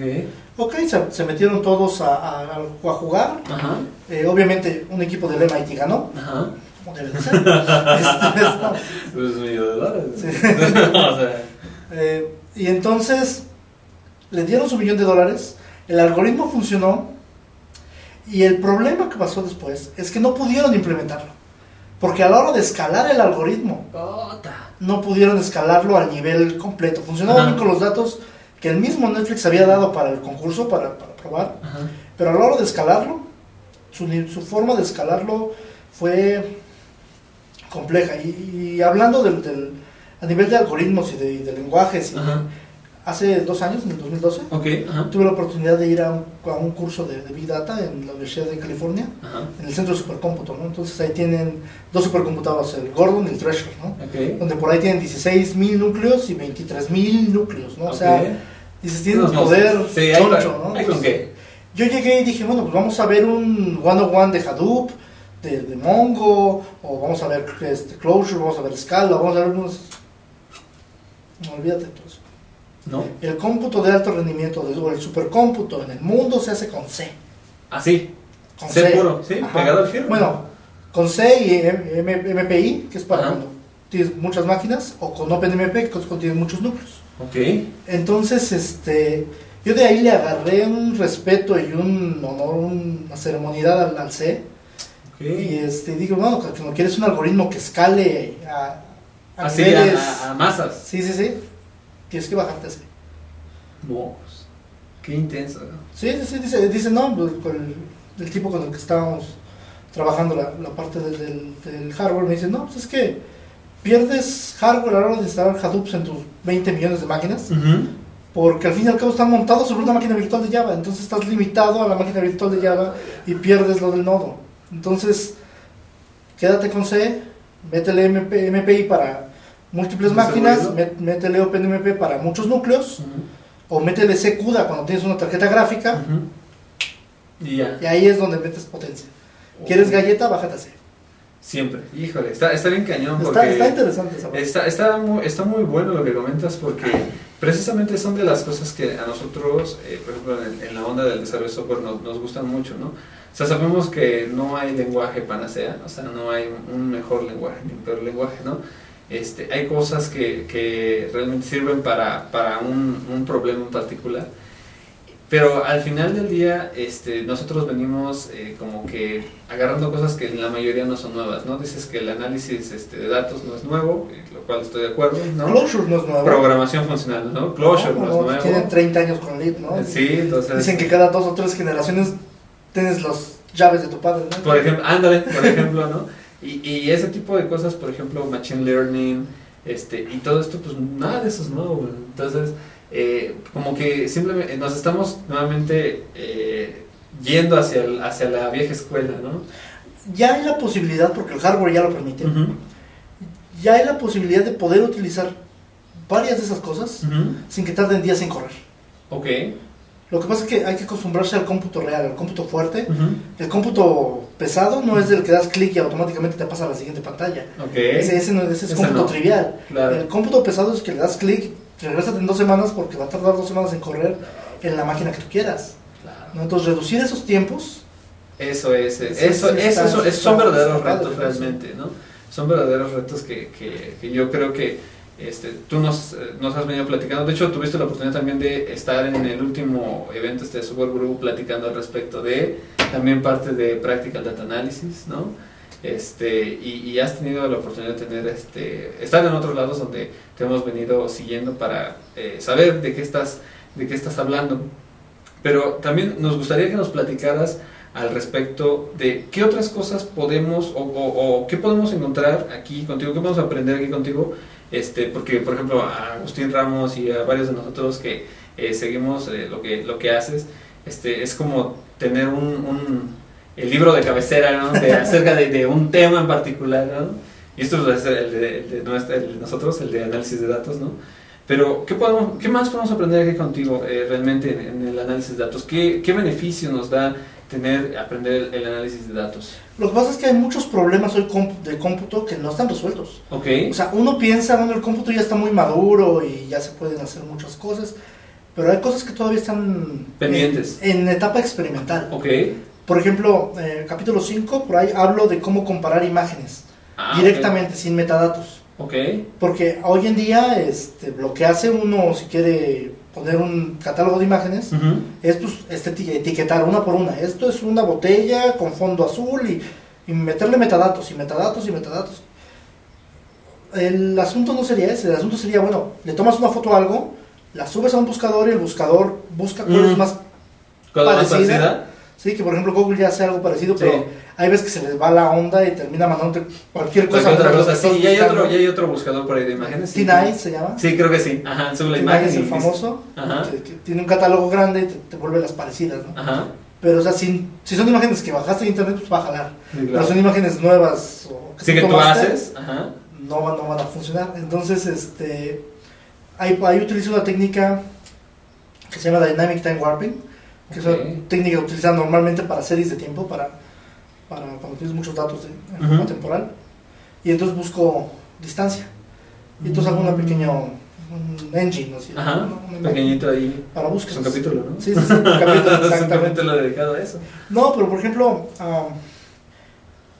Speaker 1: ok,
Speaker 2: Ok, se, se metieron todos a, a- a jugar.
Speaker 1: ajá,
Speaker 2: Eh, obviamente un equipo del MIT ganó,
Speaker 1: ajá.
Speaker 2: como debe de ser. Este, no.
Speaker 1: Pues medio de dólares.
Speaker 2: Sí.
Speaker 1: o sea,
Speaker 2: Eh, y entonces le dieron su millón de dólares, el algoritmo funcionó y el problema que pasó después es que no pudieron implementarlo. Porque a la hora de escalar el algoritmo
Speaker 1: puta.
Speaker 2: no pudieron escalarlo al nivel completo. Funcionaba
Speaker 1: Ajá.
Speaker 2: bien con los datos que el mismo Netflix había dado para el concurso, para, para probar,
Speaker 1: Ajá.
Speaker 2: pero a la hora de escalarlo, su, ni- su forma de escalarlo fue compleja. Y, y hablando del, del- a nivel de algoritmos y de, y de lenguajes, y de-
Speaker 1: Ajá.
Speaker 2: hace dos años, en el 2012,
Speaker 1: Ok, ajá.
Speaker 2: tuve la oportunidad de ir a un, a un curso de, de Big Data en la Universidad de California,
Speaker 1: Ajá.
Speaker 2: en el centro de supercómputo, ¿no? Entonces ahí tienen dos supercomputadoras, el Gordon y el Thresher, ¿no?
Speaker 1: Ok.
Speaker 2: donde por ahí tienen 16.000 núcleos y 23.000 núcleos, ¿no? O sea,
Speaker 1: ok.
Speaker 2: dices, tienen un
Speaker 1: Unos
Speaker 2: poder
Speaker 1: monstruos. Sí, hay
Speaker 2: choncho,
Speaker 1: con-
Speaker 2: ¿no?
Speaker 1: hay con qué.
Speaker 2: Yo llegué y dije, bueno, pues vamos a ver un one-on-one de Hadoop, de, de Mongo, o vamos a ver este, Closure, vamos a ver Scala, vamos a ver unos... No, olvídate de todo eso.
Speaker 1: ¿No?
Speaker 2: El cómputo de alto rendimiento, de- o el supercómputo en el mundo se hace con C.
Speaker 1: Así.
Speaker 2: Con
Speaker 1: C puro, sí, pegado al firme.
Speaker 2: Bueno, con C y M- M- MPI, que es para
Speaker 1: Ajá.
Speaker 2: cuando tienes muchas máquinas, o con OpenMP, que es cuando tienes muchos núcleos.
Speaker 1: Ok.
Speaker 2: Entonces, este, yo de ahí le agarré un respeto y un honor, una ceremonidad al, al C.
Speaker 1: Ok.
Speaker 2: Y este, digo, bueno, que no quieres un algoritmo que escale a, a
Speaker 1: Así
Speaker 2: niveles-
Speaker 1: a, a- a masas.
Speaker 2: Sí, sí, sí. Tienes que bajarte a C.
Speaker 1: Mocos. Qué intenso. ¿no?
Speaker 2: Sí, sí, sí, dice, dice no, pues, con el, el tipo con el que estábamos trabajando la, la parte del, del- del hardware, me dice, no, pues es que pierdes hardware a la hora de instalar Hadoop en tus 20 millones de máquinas, porque al fin y al cabo están montados sobre una máquina virtual de Java, entonces estás limitado a la máquina virtual de Java y pierdes lo del nodo. Entonces, quédate con C, métele MP, MPI para múltiples máquinas,
Speaker 1: Desarrollo.
Speaker 2: mé- métele OpenMP para muchos núcleos, o métele CUDA cuando tienes una tarjeta gráfica.
Speaker 1: Ujú. Y ya.
Speaker 2: Y ahí es donde metes potencia. ¿Quieres galleta? Bájate así.
Speaker 1: Siempre. Híjole, está, está bien cañón. Porque
Speaker 2: Está, está interesante esa parte.
Speaker 1: Está, está, muy, está muy bueno lo que comentas porque precisamente son de las cosas que a nosotros, eh, por ejemplo, en, en la onda del desarrollo de software nos, nos gustan mucho, ¿no? O sea, sabemos que no hay lenguaje panacea, o sea, no hay un mejor lenguaje ni un peor lenguaje, ¿no? Este, hay cosas que, que realmente sirven para, para un, un problema en particular, pero al final del día este, nosotros venimos eh, como que agarrando cosas que en la mayoría no son nuevas, ¿no? Dices que el análisis este, de datos no es nuevo, eh, lo cual estoy de acuerdo, ¿no?
Speaker 2: Closure no es nuevo.
Speaker 1: Programación funcional, ¿no? Closure no, es
Speaker 2: Tienen
Speaker 1: nuevo.
Speaker 2: 30 años con Lit, ¿no?
Speaker 1: Sí, entonces...
Speaker 2: Dicen que cada dos o tres generaciones tienes las llaves de tu padre, ¿no?
Speaker 1: Por ejemplo, ándale, por ejemplo, ¿no? Y, y ese tipo de cosas, por ejemplo, machine learning, este, y todo esto, pues nada de eso es nuevo, güey. Entonces, eh, como que simplemente eh, nos estamos nuevamente eh, yendo hacia, el- hacia la vieja escuela, ¿no?
Speaker 2: Ya hay la posibilidad, porque el hardware ya lo permite, ya hay la posibilidad de poder utilizar varias de esas cosas
Speaker 1: Ujú.
Speaker 2: sin que tarden días en correr.
Speaker 1: Ok.
Speaker 2: Lo que pasa es que hay que acostumbrarse al cómputo real, al cómputo fuerte.
Speaker 1: Ujú.
Speaker 2: El cómputo pesado no es del que das clic y automáticamente te pasa a la siguiente pantalla.
Speaker 1: Ok.
Speaker 2: Ese, ese no, ese es
Speaker 1: Ese
Speaker 2: cómputo
Speaker 1: no.
Speaker 2: trivial.
Speaker 1: Claro.
Speaker 2: El cómputo pesado es que le das clic, te regresas en dos semanas porque va a tardar dos semanas en correr en la máquina que tú quieras.
Speaker 1: Claro.
Speaker 2: ¿no? Entonces, reducir esos tiempos
Speaker 1: Eso es, es- eso,
Speaker 2: Eso sí
Speaker 1: eso,
Speaker 2: está-
Speaker 1: son-
Speaker 2: sí
Speaker 1: esos son
Speaker 2: está-
Speaker 1: verdaderos
Speaker 2: está padre,
Speaker 1: retos
Speaker 2: ¿no?
Speaker 1: realmente, ¿no? Son verdaderos retos que, que, que yo creo que este, tú nos, eh, nos has venido platicando. De hecho, tuviste la oportunidad también de estar en el último evento este de Software Guru platicando al respecto de también parte de Practical Data Analysis, ¿no? Este, y, y has tenido la oportunidad de tener este, estar en otros lados donde te hemos venido siguiendo para eh, saber de qué estás de qué estás hablando. Pero también nos gustaría que nos platicaras al respecto de qué otras cosas podemos o, o- o qué podemos encontrar aquí contigo, qué podemos aprender aquí contigo, este, porque por ejemplo a Agustín Ramos y a varios de nosotros que eh, seguimos eh, lo que lo que haces, este, es como tener un, un- el libro de cabecera ¿no? de, acerca de, de un tema en particular, ¿no? y esto es el de, el de nuestra- el de nosotros, el de análisis de datos, ¿no? Pero, ¿qué, podemos, qué más podemos aprender aquí contigo eh, realmente en, en el análisis de datos? ¿Qué, qué beneficio nos da tener, aprender el, el análisis de datos?
Speaker 2: Lo que pasa es que hay muchos problemas hoy comp- de cómputo que no están resueltos.
Speaker 1: ¿Ok?
Speaker 2: O sea, uno piensa, bueno, el cómputo ya está muy maduro y ya se pueden hacer muchas cosas, pero hay cosas que todavía están
Speaker 1: Pendientes.
Speaker 2: En, en etapa experimental.
Speaker 1: ¿Ok?
Speaker 2: Por ejemplo, eh, capítulo 5, por ahí hablo de cómo comparar imágenes
Speaker 1: Ah, ok.
Speaker 2: directamente, sin metadatos.
Speaker 1: ¿Ok?
Speaker 2: Porque hoy en día este, lo que hace uno si quiere poner un catálogo de imágenes
Speaker 1: Ujú.
Speaker 2: es pues, este, eti- etiquetar una por una. Esto es una botella con fondo azul y, y meterle metadatos y metadatos y metadatos. El asunto no sería ese, el asunto sería, bueno, le tomas una foto a algo, la subes a un buscador y el buscador busca cuál es
Speaker 1: Mm.
Speaker 2: más...
Speaker 1: ¿Cuál es la más
Speaker 2: Parecida.
Speaker 1: parecida?
Speaker 2: Sí, que por ejemplo Google ya hace algo parecido,
Speaker 1: Sí.
Speaker 2: pero hay veces que se les va la onda y termina mandándote cualquier cosa.
Speaker 1: Cualquier otra
Speaker 2: menos lo
Speaker 1: cosa.
Speaker 2: que
Speaker 1: Sí,
Speaker 2: estás
Speaker 1: y hay,
Speaker 2: buscando.
Speaker 1: otro, y hay otro buscador por ahí de imágenes. sí.
Speaker 2: T9 se llama.
Speaker 1: Sí, creo que sí. Ajá, sube la
Speaker 2: T9
Speaker 1: imagen.
Speaker 2: es
Speaker 1: y
Speaker 2: el
Speaker 1: listo.
Speaker 2: famoso,
Speaker 1: Ajá.
Speaker 2: que, que tiene un catálogo grande y te, te vuelve las parecidas, ¿no?
Speaker 1: Ajá.
Speaker 2: Pero, o sea, si, si son imágenes que bajaste de internet, pues va a jalar.
Speaker 1: Sí, claro.
Speaker 2: Pero son imágenes nuevas o
Speaker 1: Sí,
Speaker 2: tú
Speaker 1: que tú
Speaker 2: tomaste,
Speaker 1: haces. Ajá.
Speaker 2: No, van- no van a funcionar. Entonces, este, ahí, ahí utilizo una técnica que se llama Dynamic Time Warping, que
Speaker 1: Ok.
Speaker 2: es una técnica que utilizan normalmente para series de tiempo, para, para cuando tienes muchos datos de, en
Speaker 1: Ujú.
Speaker 2: forma temporal. Y entonces busco distancia. Y entonces hago una pequeña un engine, así,
Speaker 1: Mm. Ajá.
Speaker 2: una- una-
Speaker 1: Pequeñito ahí.
Speaker 2: Para búsquedas.
Speaker 1: Es un capítulo, ¿no?
Speaker 2: Sí, sí, sí, un capítulo,
Speaker 1: es un
Speaker 2: exactamente.
Speaker 1: capítulo dedicado a eso.
Speaker 2: No, pero por ejemplo, am,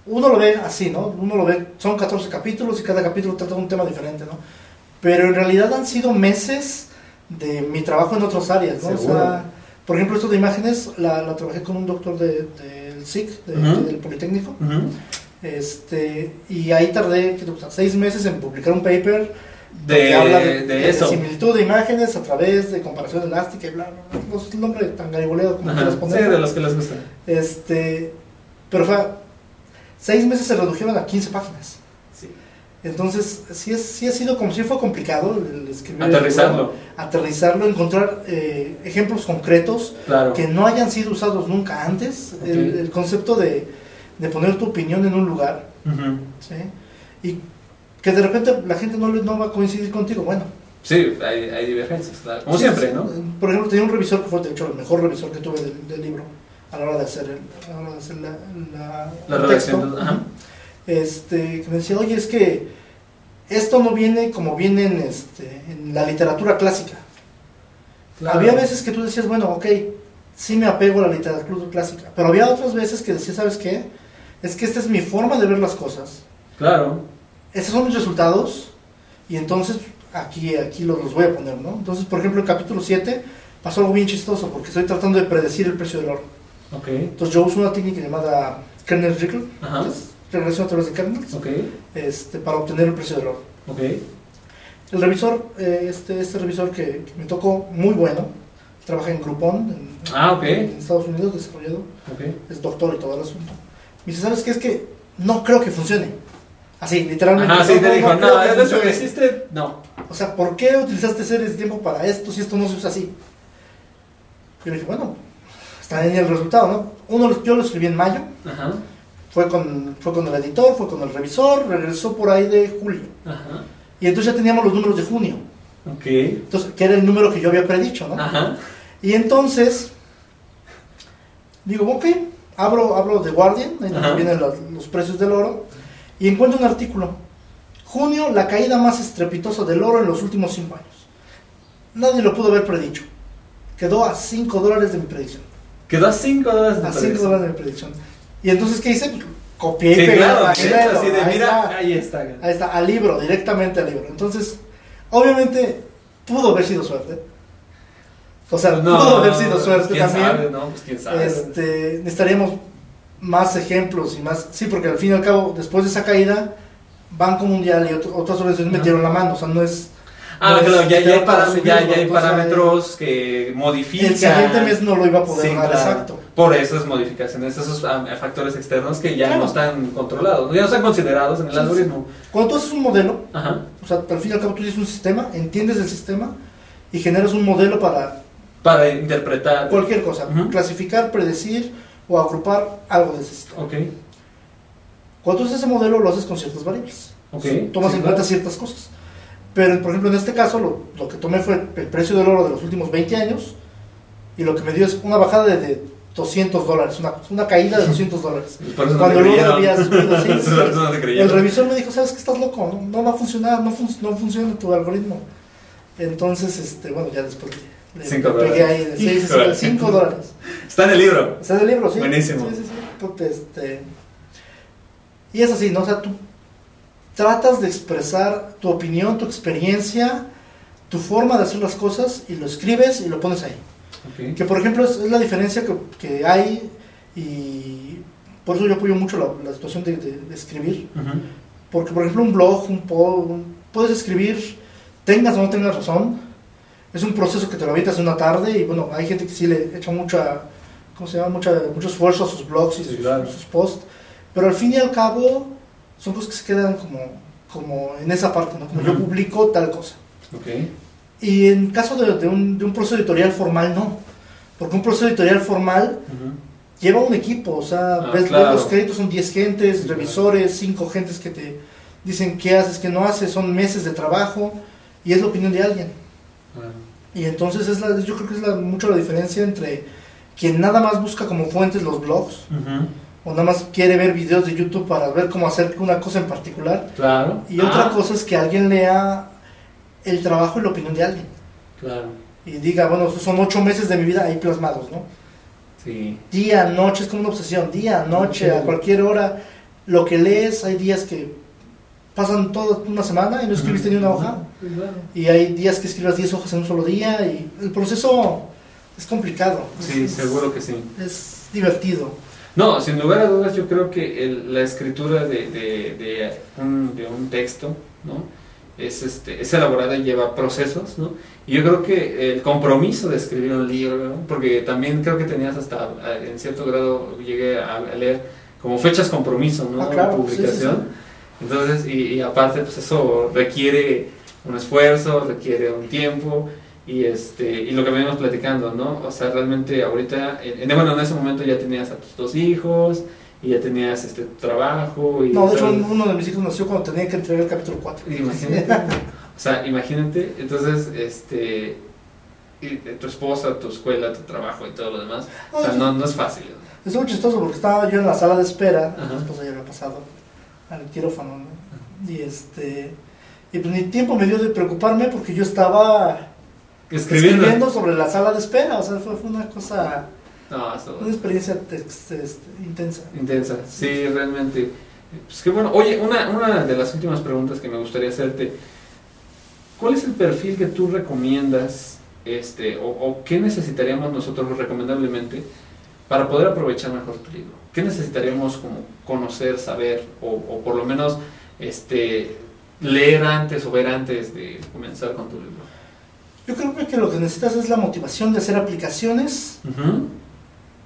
Speaker 2: uno lo ve así, ¿no? Uno lo ve, son 14 capítulos y cada capítulo trata un tema diferente, ¿no? Pero en realidad han sido meses de mi trabajo en otras áreas, ¿no? O
Speaker 1: Seguro.
Speaker 2: sea, por ejemplo, esto de imágenes, la, la trabajé con un doctor de- del SIC, de-
Speaker 1: Ujú.
Speaker 2: del Politécnico,
Speaker 1: Ujú.
Speaker 2: este, y ahí tardé, ¿qué te gusta? Seis meses en publicar un paper
Speaker 1: De,
Speaker 2: que habla
Speaker 1: de, eso.
Speaker 2: similitud de imágenes a través de comparación elástica y bla, bla, bla. No es un nombre tan gariboleo como
Speaker 1: Ajá.
Speaker 2: quieras
Speaker 1: Sí,
Speaker 2: ponerlo.
Speaker 1: de los que les gusta.
Speaker 2: Este, pero fue, seis meses se redujeron a 15 páginas.
Speaker 1: Sí.
Speaker 2: Entonces, sí, es, sí ha sido como si fue complicado el escribir. el
Speaker 1: Aterrizarlo,
Speaker 2: libro, aterrizarlo, encontrar eh, ejemplos concretos
Speaker 1: claro.
Speaker 2: que no hayan sido usados nunca antes. El,
Speaker 1: Ok.
Speaker 2: el concepto de, de poner tu opinión en un lugar,
Speaker 1: Ujú.
Speaker 2: ¿sí? Y que de repente la gente no, le- no va a coincidir contigo. Bueno,
Speaker 1: Sí, hay, hay divergencias, claro. Como
Speaker 2: Sí,
Speaker 1: siempre,
Speaker 2: sí. eh,
Speaker 1: ¿no?
Speaker 2: Por ejemplo, tenía un revisor que fue, de hecho, el mejor revisor que tuve del, del libro a la hora de hacer, el- a la, hora de hacer la, la-
Speaker 1: La
Speaker 2: el
Speaker 1: redacción.
Speaker 2: texto.
Speaker 1: Ajá.
Speaker 2: este, que me decía, oye, es que esto no viene como viene en, este, en la literatura clásica.
Speaker 1: Claro.
Speaker 2: Había veces que tú decías, bueno, ok, sí me apego a la literatura clásica, pero había otras veces que decías, ¿sabes qué? Es que esta es mi forma de ver las cosas,
Speaker 1: Claro.
Speaker 2: estos son mis resultados, y entonces aquí, aquí los, los voy a poner, ¿no? Entonces, por ejemplo, el capítulo 7 pasó algo bien chistoso, porque estoy tratando de predecir el precio del oro.
Speaker 1: Ok.
Speaker 2: Entonces yo uso una técnica llamada Kernel Jiggler,
Speaker 1: Ajá.
Speaker 2: entonces, regreso a través de kernels,
Speaker 1: Ok.
Speaker 2: este, para obtener el precio del oro.
Speaker 1: Ok.
Speaker 2: El revisor, eh, este, este revisor que, que me tocó, muy bueno, trabaja en Groupon, en,
Speaker 1: Ah, ok.
Speaker 2: en Estados Unidos, desarrollado,
Speaker 1: Ok.
Speaker 2: es doctor y todo el asunto. Me dice, ¿sabes qué? Es que no creo que funcione. Así, literalmente.
Speaker 1: Ajá, sí, te dijo,
Speaker 2: creo
Speaker 1: no,
Speaker 2: que
Speaker 1: es de eso que
Speaker 2: funcione".
Speaker 1: hiciste. No.
Speaker 2: O sea, ¿por qué utilizaste series de tiempo para esto si esto no se usa así? Yo le dije, bueno, está en el resultado, ¿no? Uno, yo lo escribí en mayo,
Speaker 1: Ajá.
Speaker 2: fue con, fue con el editor, fue con el revisor, regresó por ahí de julio.
Speaker 1: Ajá.
Speaker 2: Y entonces ya teníamos los números de junio,
Speaker 1: Ok.
Speaker 2: entonces, que era el número que yo había predicho, ¿no?
Speaker 1: Ajá.
Speaker 2: Y entonces, digo, ok, abro, abro The Guardian, ahí donde
Speaker 1: Ajá.
Speaker 2: vienen los, los precios del oro, y encuentro un artículo. Junio, la caída más estrepitosa del oro en los últimos cinco años. Nadie lo pudo haber predicho. Quedó a 5 dólares de mi predicción.
Speaker 1: Quedó a 5 dólares de
Speaker 2: A 5
Speaker 1: precio.
Speaker 2: dólares de mi predicción. Y entonces, ¿qué hice? Pues, Copié y
Speaker 1: Sí,
Speaker 2: pegué
Speaker 1: claro,
Speaker 2: la
Speaker 1: directo,
Speaker 2: página,
Speaker 1: así de
Speaker 2: ahí
Speaker 1: mira,
Speaker 2: está,
Speaker 1: ahí está.
Speaker 2: ahí está, al libro, directamente al libro. Entonces, obviamente, pudo haber sido suerte. O sea, pudo haber sido suerte
Speaker 1: quién
Speaker 2: también.
Speaker 1: Sabe, no, pues quién sabe.
Speaker 2: Este, necesitaríamos más ejemplos y más. Sí, porque al fin y al cabo, después de esa caída, Banco Mundial y otro- otras organizaciones
Speaker 1: Ajá.
Speaker 2: metieron la mano. O sea, no es.
Speaker 1: ah,
Speaker 2: no es
Speaker 1: claro, ya, ya,
Speaker 2: literal
Speaker 1: hay
Speaker 2: para
Speaker 1: param- ya,
Speaker 2: subirlo,
Speaker 1: ya hay
Speaker 2: o sea,
Speaker 1: parámetros que modifican.
Speaker 2: pues, El siguiente mes no lo iba a poder
Speaker 1: Sí,
Speaker 2: dar,
Speaker 1: claro.
Speaker 2: exacto.
Speaker 1: Por esas modificaciones, esos ah, factores externos que ya
Speaker 2: Claro.
Speaker 1: no están controlados, ya no están considerados en el
Speaker 2: Sí, sí.
Speaker 1: algoritmo.
Speaker 2: Cuando tú haces un modelo,
Speaker 1: Ajá.
Speaker 2: o sea, al fin y al cabo tú tienes un sistema, entiendes el sistema y generas un modelo para
Speaker 1: Para interpretar.
Speaker 2: cualquier cosa:
Speaker 1: Ujú.
Speaker 2: clasificar, predecir o agrupar algo de ese sistema.
Speaker 1: Ok,
Speaker 2: Cuando tú haces ese modelo, lo haces con ciertas variables.
Speaker 1: ok.
Speaker 2: tomas
Speaker 1: Sí,
Speaker 2: en
Speaker 1: claro.
Speaker 2: cuenta ciertas cosas. Pero, por ejemplo, en este caso, lo, lo que tomé fue el precio del oro de los últimos 20 años y lo que me dio es una bajada de, de 200 dólares, una, una caída de 200 dólares.
Speaker 1: Por eso
Speaker 2: Cuando
Speaker 1: no te
Speaker 2: luego
Speaker 1: creyeron.
Speaker 2: había subido, sí, sí.
Speaker 1: Por eso no te
Speaker 2: El
Speaker 1: creyeron.
Speaker 2: revisor me dijo, ¿sabes que estás loco? No, no va a funcionar, no, fun- no funciona tu algoritmo. Entonces, este, bueno, ya después le, le
Speaker 1: Cinco
Speaker 2: pegué
Speaker 1: dólares.
Speaker 2: ahí de seis,
Speaker 1: Híjole.
Speaker 2: cinco- cinco dólares.
Speaker 1: Está en el libro.
Speaker 2: Está del libro, sí.
Speaker 1: Buenísimo.
Speaker 2: Sí, sí, sí. Porque, este, y es así, ¿no? O sea, tú tratas de expresar tu opinión, tu experiencia, tu forma de hacer las cosas y lo escribes y lo pones ahí.
Speaker 1: Ok.
Speaker 2: Que por ejemplo es, es la diferencia que, que hay y por eso yo apoyo mucho la, la situación de, de- de escribir.
Speaker 1: Ujú.
Speaker 2: Porque por ejemplo un blog, un post, puedes escribir, tengas o no tengas razón. Es un proceso que te lo habitas en una tarde y bueno, hay gente que sí le echa mucha, ¿cómo se llama? Mucha, mucho esfuerzo a sus blogs y
Speaker 1: Sí,
Speaker 2: sus,
Speaker 1: claro.
Speaker 2: sus posts. Pero al fin y al cabo son cosas que se quedan como, como en esa parte, ¿no? Como yo
Speaker 1: Ujú.
Speaker 2: publico tal cosa.
Speaker 1: Ok.
Speaker 2: Y en caso de, de un, de un proceso editorial formal, no. Porque un proceso editorial formal
Speaker 1: Ujú.
Speaker 2: lleva un equipo. O sea,
Speaker 1: Ah,
Speaker 2: ves, ves
Speaker 1: claro.
Speaker 2: los créditos, son 10 gentes,
Speaker 1: Sí, claro.
Speaker 2: revisores, 5 gentes que te dicen qué haces, qué no haces, son meses de trabajo y es la opinión de alguien.
Speaker 1: Ah,
Speaker 2: Y entonces es la, yo creo que es la, mucho la diferencia entre quien nada más busca como fuentes los blogs
Speaker 1: ujú.
Speaker 2: o nada más quiere ver videos de YouTube para ver cómo hacer una cosa en particular.
Speaker 1: Claro.
Speaker 2: Y otra
Speaker 1: Ah,
Speaker 2: cosa es que alguien lea el trabajo y la opinión de alguien.
Speaker 1: Claro.
Speaker 2: y diga, bueno, esos son ocho meses de mi vida ahí plasmados, ¿no?
Speaker 1: Sí.
Speaker 2: Día, noche, es como una obsesión, día, noche,
Speaker 1: Sí.
Speaker 2: a cualquier hora, lo que lees, hay días que pasan toda una semana y no escribiste ni una hoja,
Speaker 1: Sí, claro.
Speaker 2: y hay días que escribas 10 hojas en un solo día, y el proceso es complicado.
Speaker 1: Sí,
Speaker 2: Es-
Speaker 1: seguro que sí.
Speaker 2: Es divertido.
Speaker 1: No, sin lugar a dudas, yo creo que el- la escritura de, de- de un, de un texto, ¿no? Es, este, es elaborada y lleva procesos, ¿no? Y yo creo que el compromiso de escribir un libro, ¿no? porque también creo que tenías hasta, eh, en cierto grado, llegué a a leer como fechas compromiso, ¿no?
Speaker 2: Ah, claro,
Speaker 1: de
Speaker 2: sí, sí,
Speaker 1: publicación. Entonces, y, y aparte, pues eso requiere un esfuerzo, requiere un tiempo, y, este, y lo que venimos platicando, ¿no? O sea, realmente ahorita, en, en- bueno, en ese momento ya tenías a tus dos hijos, y ya tenías este trabajo, y...
Speaker 2: No, de hecho,
Speaker 1: ¿sabes?
Speaker 2: uno de mis hijos nació cuando tenía que entregar el capítulo 4.
Speaker 1: Imagínate. o sea, imagínate. Entonces, este. y- eh, Tu esposa, tu escuela, tu trabajo y todo lo demás. O sea, no, no es fácil.
Speaker 2: Es muy chistoso porque estaba yo en la sala de espera,
Speaker 1: Ajá.
Speaker 2: mi esposa ya había pasado, al quirófano, ¿no? Y este. Y pues ni tiempo me dio de preocuparme porque yo estaba
Speaker 1: Escribiendo.
Speaker 2: escribiendo sobre la sala de espera. O sea, fue, fue una cosa.
Speaker 1: No, esto-
Speaker 2: Una experiencia tex- este, intensa.
Speaker 1: Intensa, sí, realmente. Pues qué bueno. Oye, una, una de las últimas preguntas que me gustaría hacerte. ¿Cuál es el perfil que tú recomiendas este, o, o qué necesitaríamos nosotros recomendablemente para poder aprovechar mejor tu libro? ¿Qué necesitaríamos como conocer, saber o, o por lo menos este, leer antes o ver antes de comenzar con tu libro?
Speaker 2: Yo creo que lo que necesitas es la motivación de hacer aplicaciones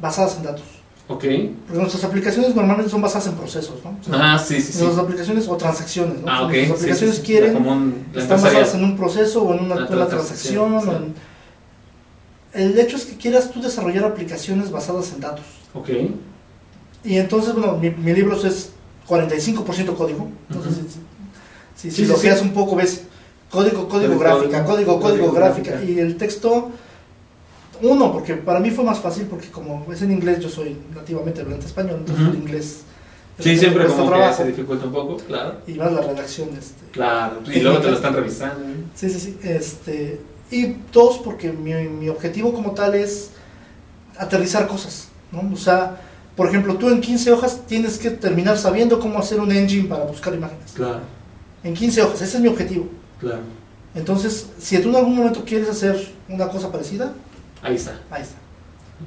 Speaker 2: basadas en datos.
Speaker 1: Ok.
Speaker 2: Porque nuestras aplicaciones normalmente son basadas en procesos, ¿no? O sea,
Speaker 1: Ah, sí, sí, sí.
Speaker 2: Nuestras aplicaciones o transacciones, ¿no?
Speaker 1: Ah,
Speaker 2: O
Speaker 1: ok.
Speaker 2: sea,
Speaker 1: Sí,
Speaker 2: Nuestras
Speaker 1: sí,
Speaker 2: aplicaciones
Speaker 1: sí.
Speaker 2: quieren
Speaker 1: La común- la
Speaker 2: están basadas
Speaker 1: empresarial.
Speaker 2: en un proceso o en
Speaker 1: Una
Speaker 2: una, una
Speaker 1: transacción,
Speaker 2: transacción. o en- El hecho es que quieras tú desarrollar aplicaciones basadas en datos.
Speaker 1: Ok.
Speaker 2: Y entonces, bueno, mi, mi libro es 45% código. Entonces,
Speaker 1: Ujú.
Speaker 2: si, si-
Speaker 1: Sí,
Speaker 2: si
Speaker 1: sí,
Speaker 2: lo
Speaker 1: sí.
Speaker 2: veas un poco, ves código, código
Speaker 1: Código,
Speaker 2: gráfica, código, código,
Speaker 1: código
Speaker 2: gráfica.
Speaker 1: gráfica.
Speaker 2: Y el texto, uno, porque para mí fue más fácil, porque como es en inglés, yo soy nativamente hablante español, entonces
Speaker 1: Ujú.
Speaker 2: el inglés. de
Speaker 1: Sí,
Speaker 2: repente
Speaker 1: siempre
Speaker 2: cuesta
Speaker 1: como que
Speaker 2: trabajo.
Speaker 1: se dificulta un poco, claro.
Speaker 2: Y más la redacción. Este,
Speaker 1: Claro, y
Speaker 2: Técnica.
Speaker 1: luego te lo están revisando. ¿eh?
Speaker 2: Sí, sí, sí. Este, y dos, porque mi, mi objetivo como tal es aterrizar cosas, ¿no? O sea, por ejemplo, tú en 15 hojas tienes que terminar sabiendo cómo hacer un engine para buscar imágenes.
Speaker 1: Claro,
Speaker 2: En 15 hojas, ese es mi objetivo.
Speaker 1: claro.
Speaker 2: Entonces, si tú en algún momento quieres hacer una cosa parecida,
Speaker 1: Ahí está.
Speaker 2: ahí está.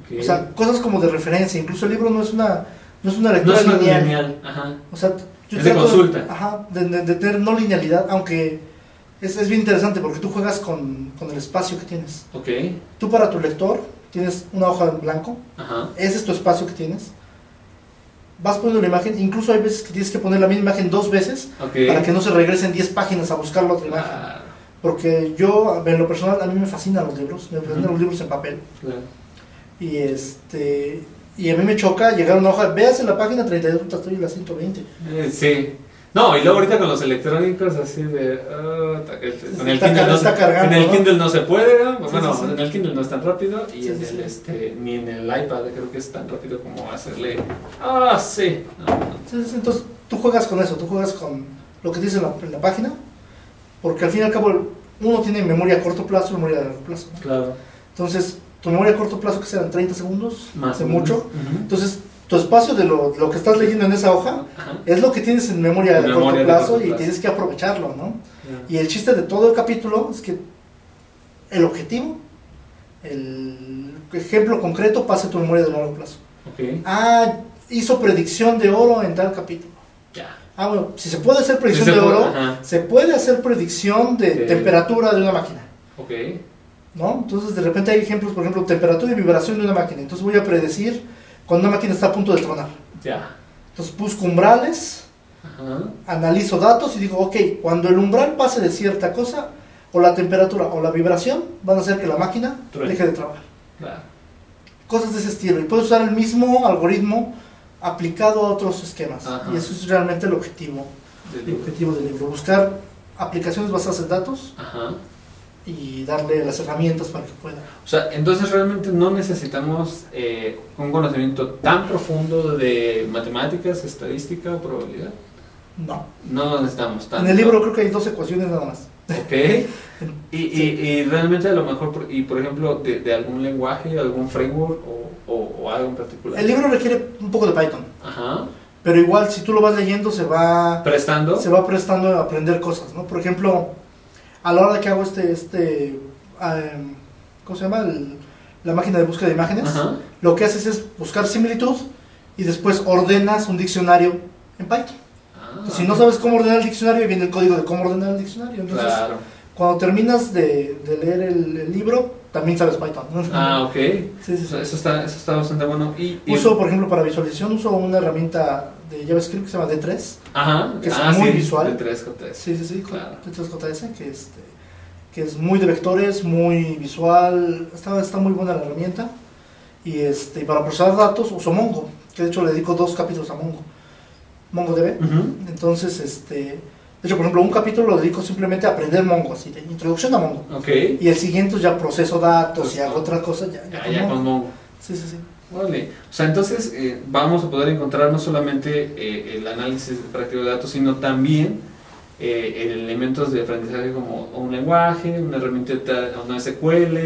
Speaker 1: ok.
Speaker 2: O sea, cosas como de referencia. Incluso el libro no es una, no es una
Speaker 1: no
Speaker 2: lectura
Speaker 1: es más
Speaker 2: lineal.
Speaker 1: lineal. Ajá.
Speaker 2: O sea,
Speaker 1: Es de consulta.
Speaker 2: ajá, de, de- de tener no linealidad, aunque es, es bien interesante porque tú juegas con, con el espacio que tienes.
Speaker 1: Ok.
Speaker 2: Tú para tu lector tienes una hoja en blanco,
Speaker 1: Ajá.
Speaker 2: ese es tu espacio que tienes. Vas poniendo la imagen, incluso hay veces que tienes que poner la misma imagen dos veces
Speaker 1: Ok.
Speaker 2: para que no se regresen 10 páginas a buscar la otra imagen.
Speaker 1: Claro,
Speaker 2: Porque yo, en lo personal, a mí me fascinan los libros, me fascinan
Speaker 1: Ujú.
Speaker 2: los libros en papel.
Speaker 1: claro.
Speaker 2: Y este y a mí me choca llegar a una hoja, véase la página 32, puta, estoy en la 120.
Speaker 1: Eh, sí. No, y luego ahorita con los electrónicos así de... ah, ta- el- en el,
Speaker 2: Está
Speaker 1: Kindle
Speaker 2: car-
Speaker 1: no
Speaker 2: está
Speaker 1: se,
Speaker 2: cargando,
Speaker 1: en el
Speaker 2: ¿no?
Speaker 1: Kindle no se puede, ¿no?
Speaker 2: Sí,
Speaker 1: bueno,
Speaker 2: sí, sí.
Speaker 1: en el Kindle no es tan rápido y
Speaker 2: Sí,
Speaker 1: en
Speaker 2: sí,
Speaker 1: el,
Speaker 2: sí.
Speaker 1: Este, ni en el iPad creo que es tan rápido como hacerle... Ah, sí. No, no.
Speaker 2: Entonces, entonces, tú juegas con eso, tú juegas con lo que dice en la, en la página, porque al fin y al cabo uno tiene memoria a corto plazo y memoria a largo plazo. ¿no?
Speaker 1: Claro.
Speaker 2: Entonces, tu memoria a corto plazo que serán 30 segundos,
Speaker 1: Más
Speaker 2: de
Speaker 1: o menos.
Speaker 2: mucho.
Speaker 1: Ujú.
Speaker 2: Entonces, tu espacio de lo, lo que estás leyendo en esa hoja
Speaker 1: Ajá.
Speaker 2: es lo que tienes en memoria a
Speaker 1: Memoria
Speaker 2: corto
Speaker 1: de
Speaker 2: plazo
Speaker 1: corto
Speaker 2: y
Speaker 1: plazo.
Speaker 2: tienes que aprovecharlo, ¿no?
Speaker 1: Ya.
Speaker 2: Y el chiste de todo el capítulo es que el objetivo, el ejemplo concreto pase a tu memoria de largo plazo.
Speaker 1: Ok.
Speaker 2: Ah, hizo predicción de oro en tal capítulo.
Speaker 1: Ya.
Speaker 2: Ah, bueno, si se puede hacer predicción
Speaker 1: Sí se
Speaker 2: de
Speaker 1: puede,
Speaker 2: oro,
Speaker 1: ajá.
Speaker 2: se puede hacer predicción de
Speaker 1: De-
Speaker 2: temperatura de una máquina.
Speaker 1: Ok.
Speaker 2: ¿no? Entonces de repente hay ejemplos, por ejemplo, temperatura y vibración de una máquina. Entonces voy a predecir cuando una máquina está a punto de tronar.
Speaker 1: Ya.
Speaker 2: Entonces busco umbrales,
Speaker 1: Ajá.
Speaker 2: analizo datos y digo, ok, cuando el umbral pase de cierta cosa, o la temperatura o la vibración van a hacer que la máquina
Speaker 1: Truene.
Speaker 2: deje de trabajar.
Speaker 1: Claro.
Speaker 2: Cosas de ese estilo. Y puedes usar el mismo algoritmo aplicado a otros esquemas.
Speaker 1: Ajá.
Speaker 2: Y eso es realmente el objetivo,
Speaker 1: Del
Speaker 2: el
Speaker 1: libro.
Speaker 2: objetivo del libro. Buscar aplicaciones basadas en datos
Speaker 1: Ajá.
Speaker 2: y darle las herramientas para que pueda.
Speaker 1: O sea, entonces realmente no necesitamos eh, un conocimiento tan profundo de matemáticas, estadística o probabilidad.
Speaker 2: No.
Speaker 1: No lo necesitamos tanto.
Speaker 2: En el libro creo que hay dos ecuaciones nada más.
Speaker 1: Ok. Y, y, y realmente a lo mejor, por- y por ejemplo, de, de algún lenguaje, algún framework o, o, o algo en particular.
Speaker 2: El libro requiere un poco de Python,
Speaker 1: Ajá.
Speaker 2: pero igual si tú lo vas leyendo se va,
Speaker 1: Prestando.
Speaker 2: se va prestando a aprender cosas, ¿no? Por ejemplo, a la hora que hago este, este em, ¿cómo se llama? El- la máquina de búsqueda de imágenes,
Speaker 1: Ajá.
Speaker 2: lo que haces es buscar similitud y después ordenas un diccionario en Python.
Speaker 1: Ah,
Speaker 2: Entonces, si no sabes cómo ordenar el diccionario, ahí viene el código de cómo ordenar el diccionario. Entonces,
Speaker 1: Claro.
Speaker 2: cuando terminas de, de leer el, el libro, también sabes Python. ¿no?
Speaker 1: Ah, ok.
Speaker 2: sí, sí, sí.
Speaker 1: Eso eso está, eso está bastante bueno. Y, y-
Speaker 2: Uso, por ejemplo, para visualización, uso una herramienta de JavaScript que se llama D3.
Speaker 1: Ajá.
Speaker 2: que es
Speaker 1: Ah,
Speaker 2: muy
Speaker 1: sí,
Speaker 2: visual.
Speaker 1: De 3J.
Speaker 2: Sí, sí, sí, con-
Speaker 1: Claro.
Speaker 2: D3JS, que, este, que es muy de vectores, muy visual. Está, está muy buena la herramienta. Y este, y para procesar datos uso Mongo, que de hecho le dedico dos capítulos a Mongo. MongoDB.
Speaker 1: Ujú.
Speaker 2: Entonces, este, de hecho, por ejemplo, un capítulo lo dedico simplemente a aprender Mongo, así de introducción a Mongo.
Speaker 1: Ok.
Speaker 2: Y el siguiente ya proceso datos y
Speaker 1: Pues,
Speaker 2: hago otras cosas ya, ya
Speaker 1: Ya,
Speaker 2: con
Speaker 1: ya
Speaker 2: Mongo.
Speaker 1: con Mongo.
Speaker 2: Sí, sí, sí.
Speaker 1: Órale. O sea, entonces eh, vamos a poder encontrar no solamente eh, el análisis práctico de datos, sino también eh, elementos de aprendizaje como un lenguaje, una herramienta, una SQL,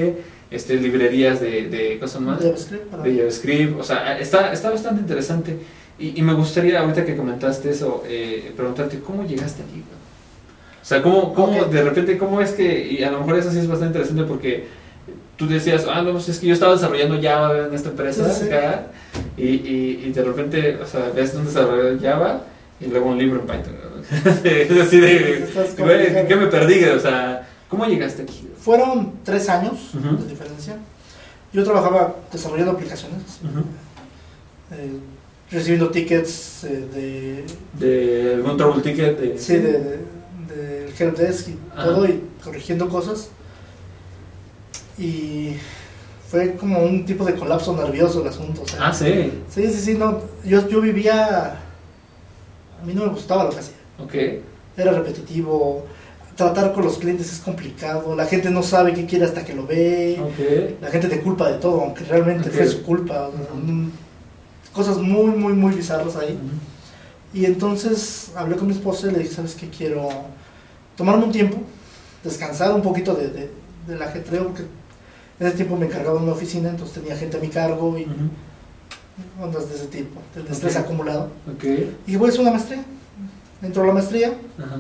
Speaker 1: este, librerías de, de cosas más.
Speaker 2: De JavaScript, para-
Speaker 1: de JavaScript. O sea, está, está bastante interesante. Y, y me gustaría, ahorita que comentaste eso, eh, preguntarte cómo llegaste allí. güey? O sea, cómo, cómo
Speaker 2: Ok.
Speaker 1: de repente, cómo es que, y a lo mejor eso sí es bastante interesante porque tú decías, ah, no, pues es que yo estaba desarrollando Java en esta empresa
Speaker 2: Sí, sí.
Speaker 1: acá", y, y, y de repente, o sea, ves un desarrollador de Java y luego un libro en Python. ¿no? es así de,
Speaker 2: Estás
Speaker 1: güey, ¿en ¿qué
Speaker 2: complicado.
Speaker 1: me perdí? O sea, ¿cómo llegaste aquí? güey?
Speaker 2: Fueron tres años
Speaker 1: Ujú.
Speaker 2: de diferencia. Yo trabajaba desarrollando aplicaciones, eh, recibiendo tickets eh, de,
Speaker 1: De algún trouble ticket. De,
Speaker 2: sí, de, de- del help desk y
Speaker 1: Ajá.
Speaker 2: todo, y corrigiendo cosas. Y fue como un tipo de colapso nervioso el asunto. o sea,
Speaker 1: Ah, sí.
Speaker 2: Sí, sí, sí, no. Yo, yo vivía. A mí no me gustaba lo que hacía.
Speaker 1: Ok.
Speaker 2: Era repetitivo. Tratar con los clientes es complicado. La gente no sabe qué quiere hasta que lo ve.
Speaker 1: Ok.
Speaker 2: La gente te culpa de todo, aunque realmente
Speaker 1: Ok.
Speaker 2: fue su culpa. o sea,
Speaker 1: Ujú.
Speaker 2: mm, Cosas muy, muy, muy bizarras ahí. Y entonces hablé con mi esposa y le dije, ¿sabes qué? Quiero tomarme un tiempo, descansar un poquito de, de- del ajetreo, porque en ese tiempo me encargaba de una oficina, entonces tenía gente a mi cargo y
Speaker 1: Ujú.
Speaker 2: ondas de ese tipo, del estrés
Speaker 1: Ok.
Speaker 2: acumulado.
Speaker 1: Ok.
Speaker 2: Y voy a hacer una maestría. Entro a la maestría,
Speaker 1: Ajá.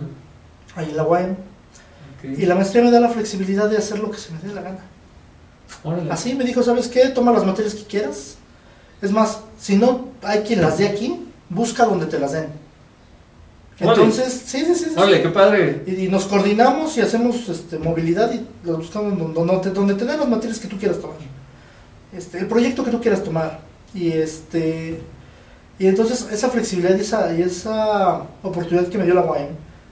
Speaker 2: ahí en la UAM.
Speaker 1: Ok.
Speaker 2: Y la maestría me da la flexibilidad de hacer lo que se me dé la gana.
Speaker 1: Órale.
Speaker 2: Así me dijo, ¿sabes qué? Toma las materias que quieras. Es más, si no hay quien las dé aquí, busca donde te las den.
Speaker 1: Órale.
Speaker 2: Entonces, sí, sí, sí. sí.
Speaker 1: Órale, qué padre.
Speaker 2: Y, y nos coordinamos y hacemos este, movilidad y las buscamos donde, donde, donde te den las materias que tú quieras tomar. Este, el proyecto que tú quieras tomar. Y este y entonces esa flexibilidad y esa, y esa oportunidad que me dio la UAM,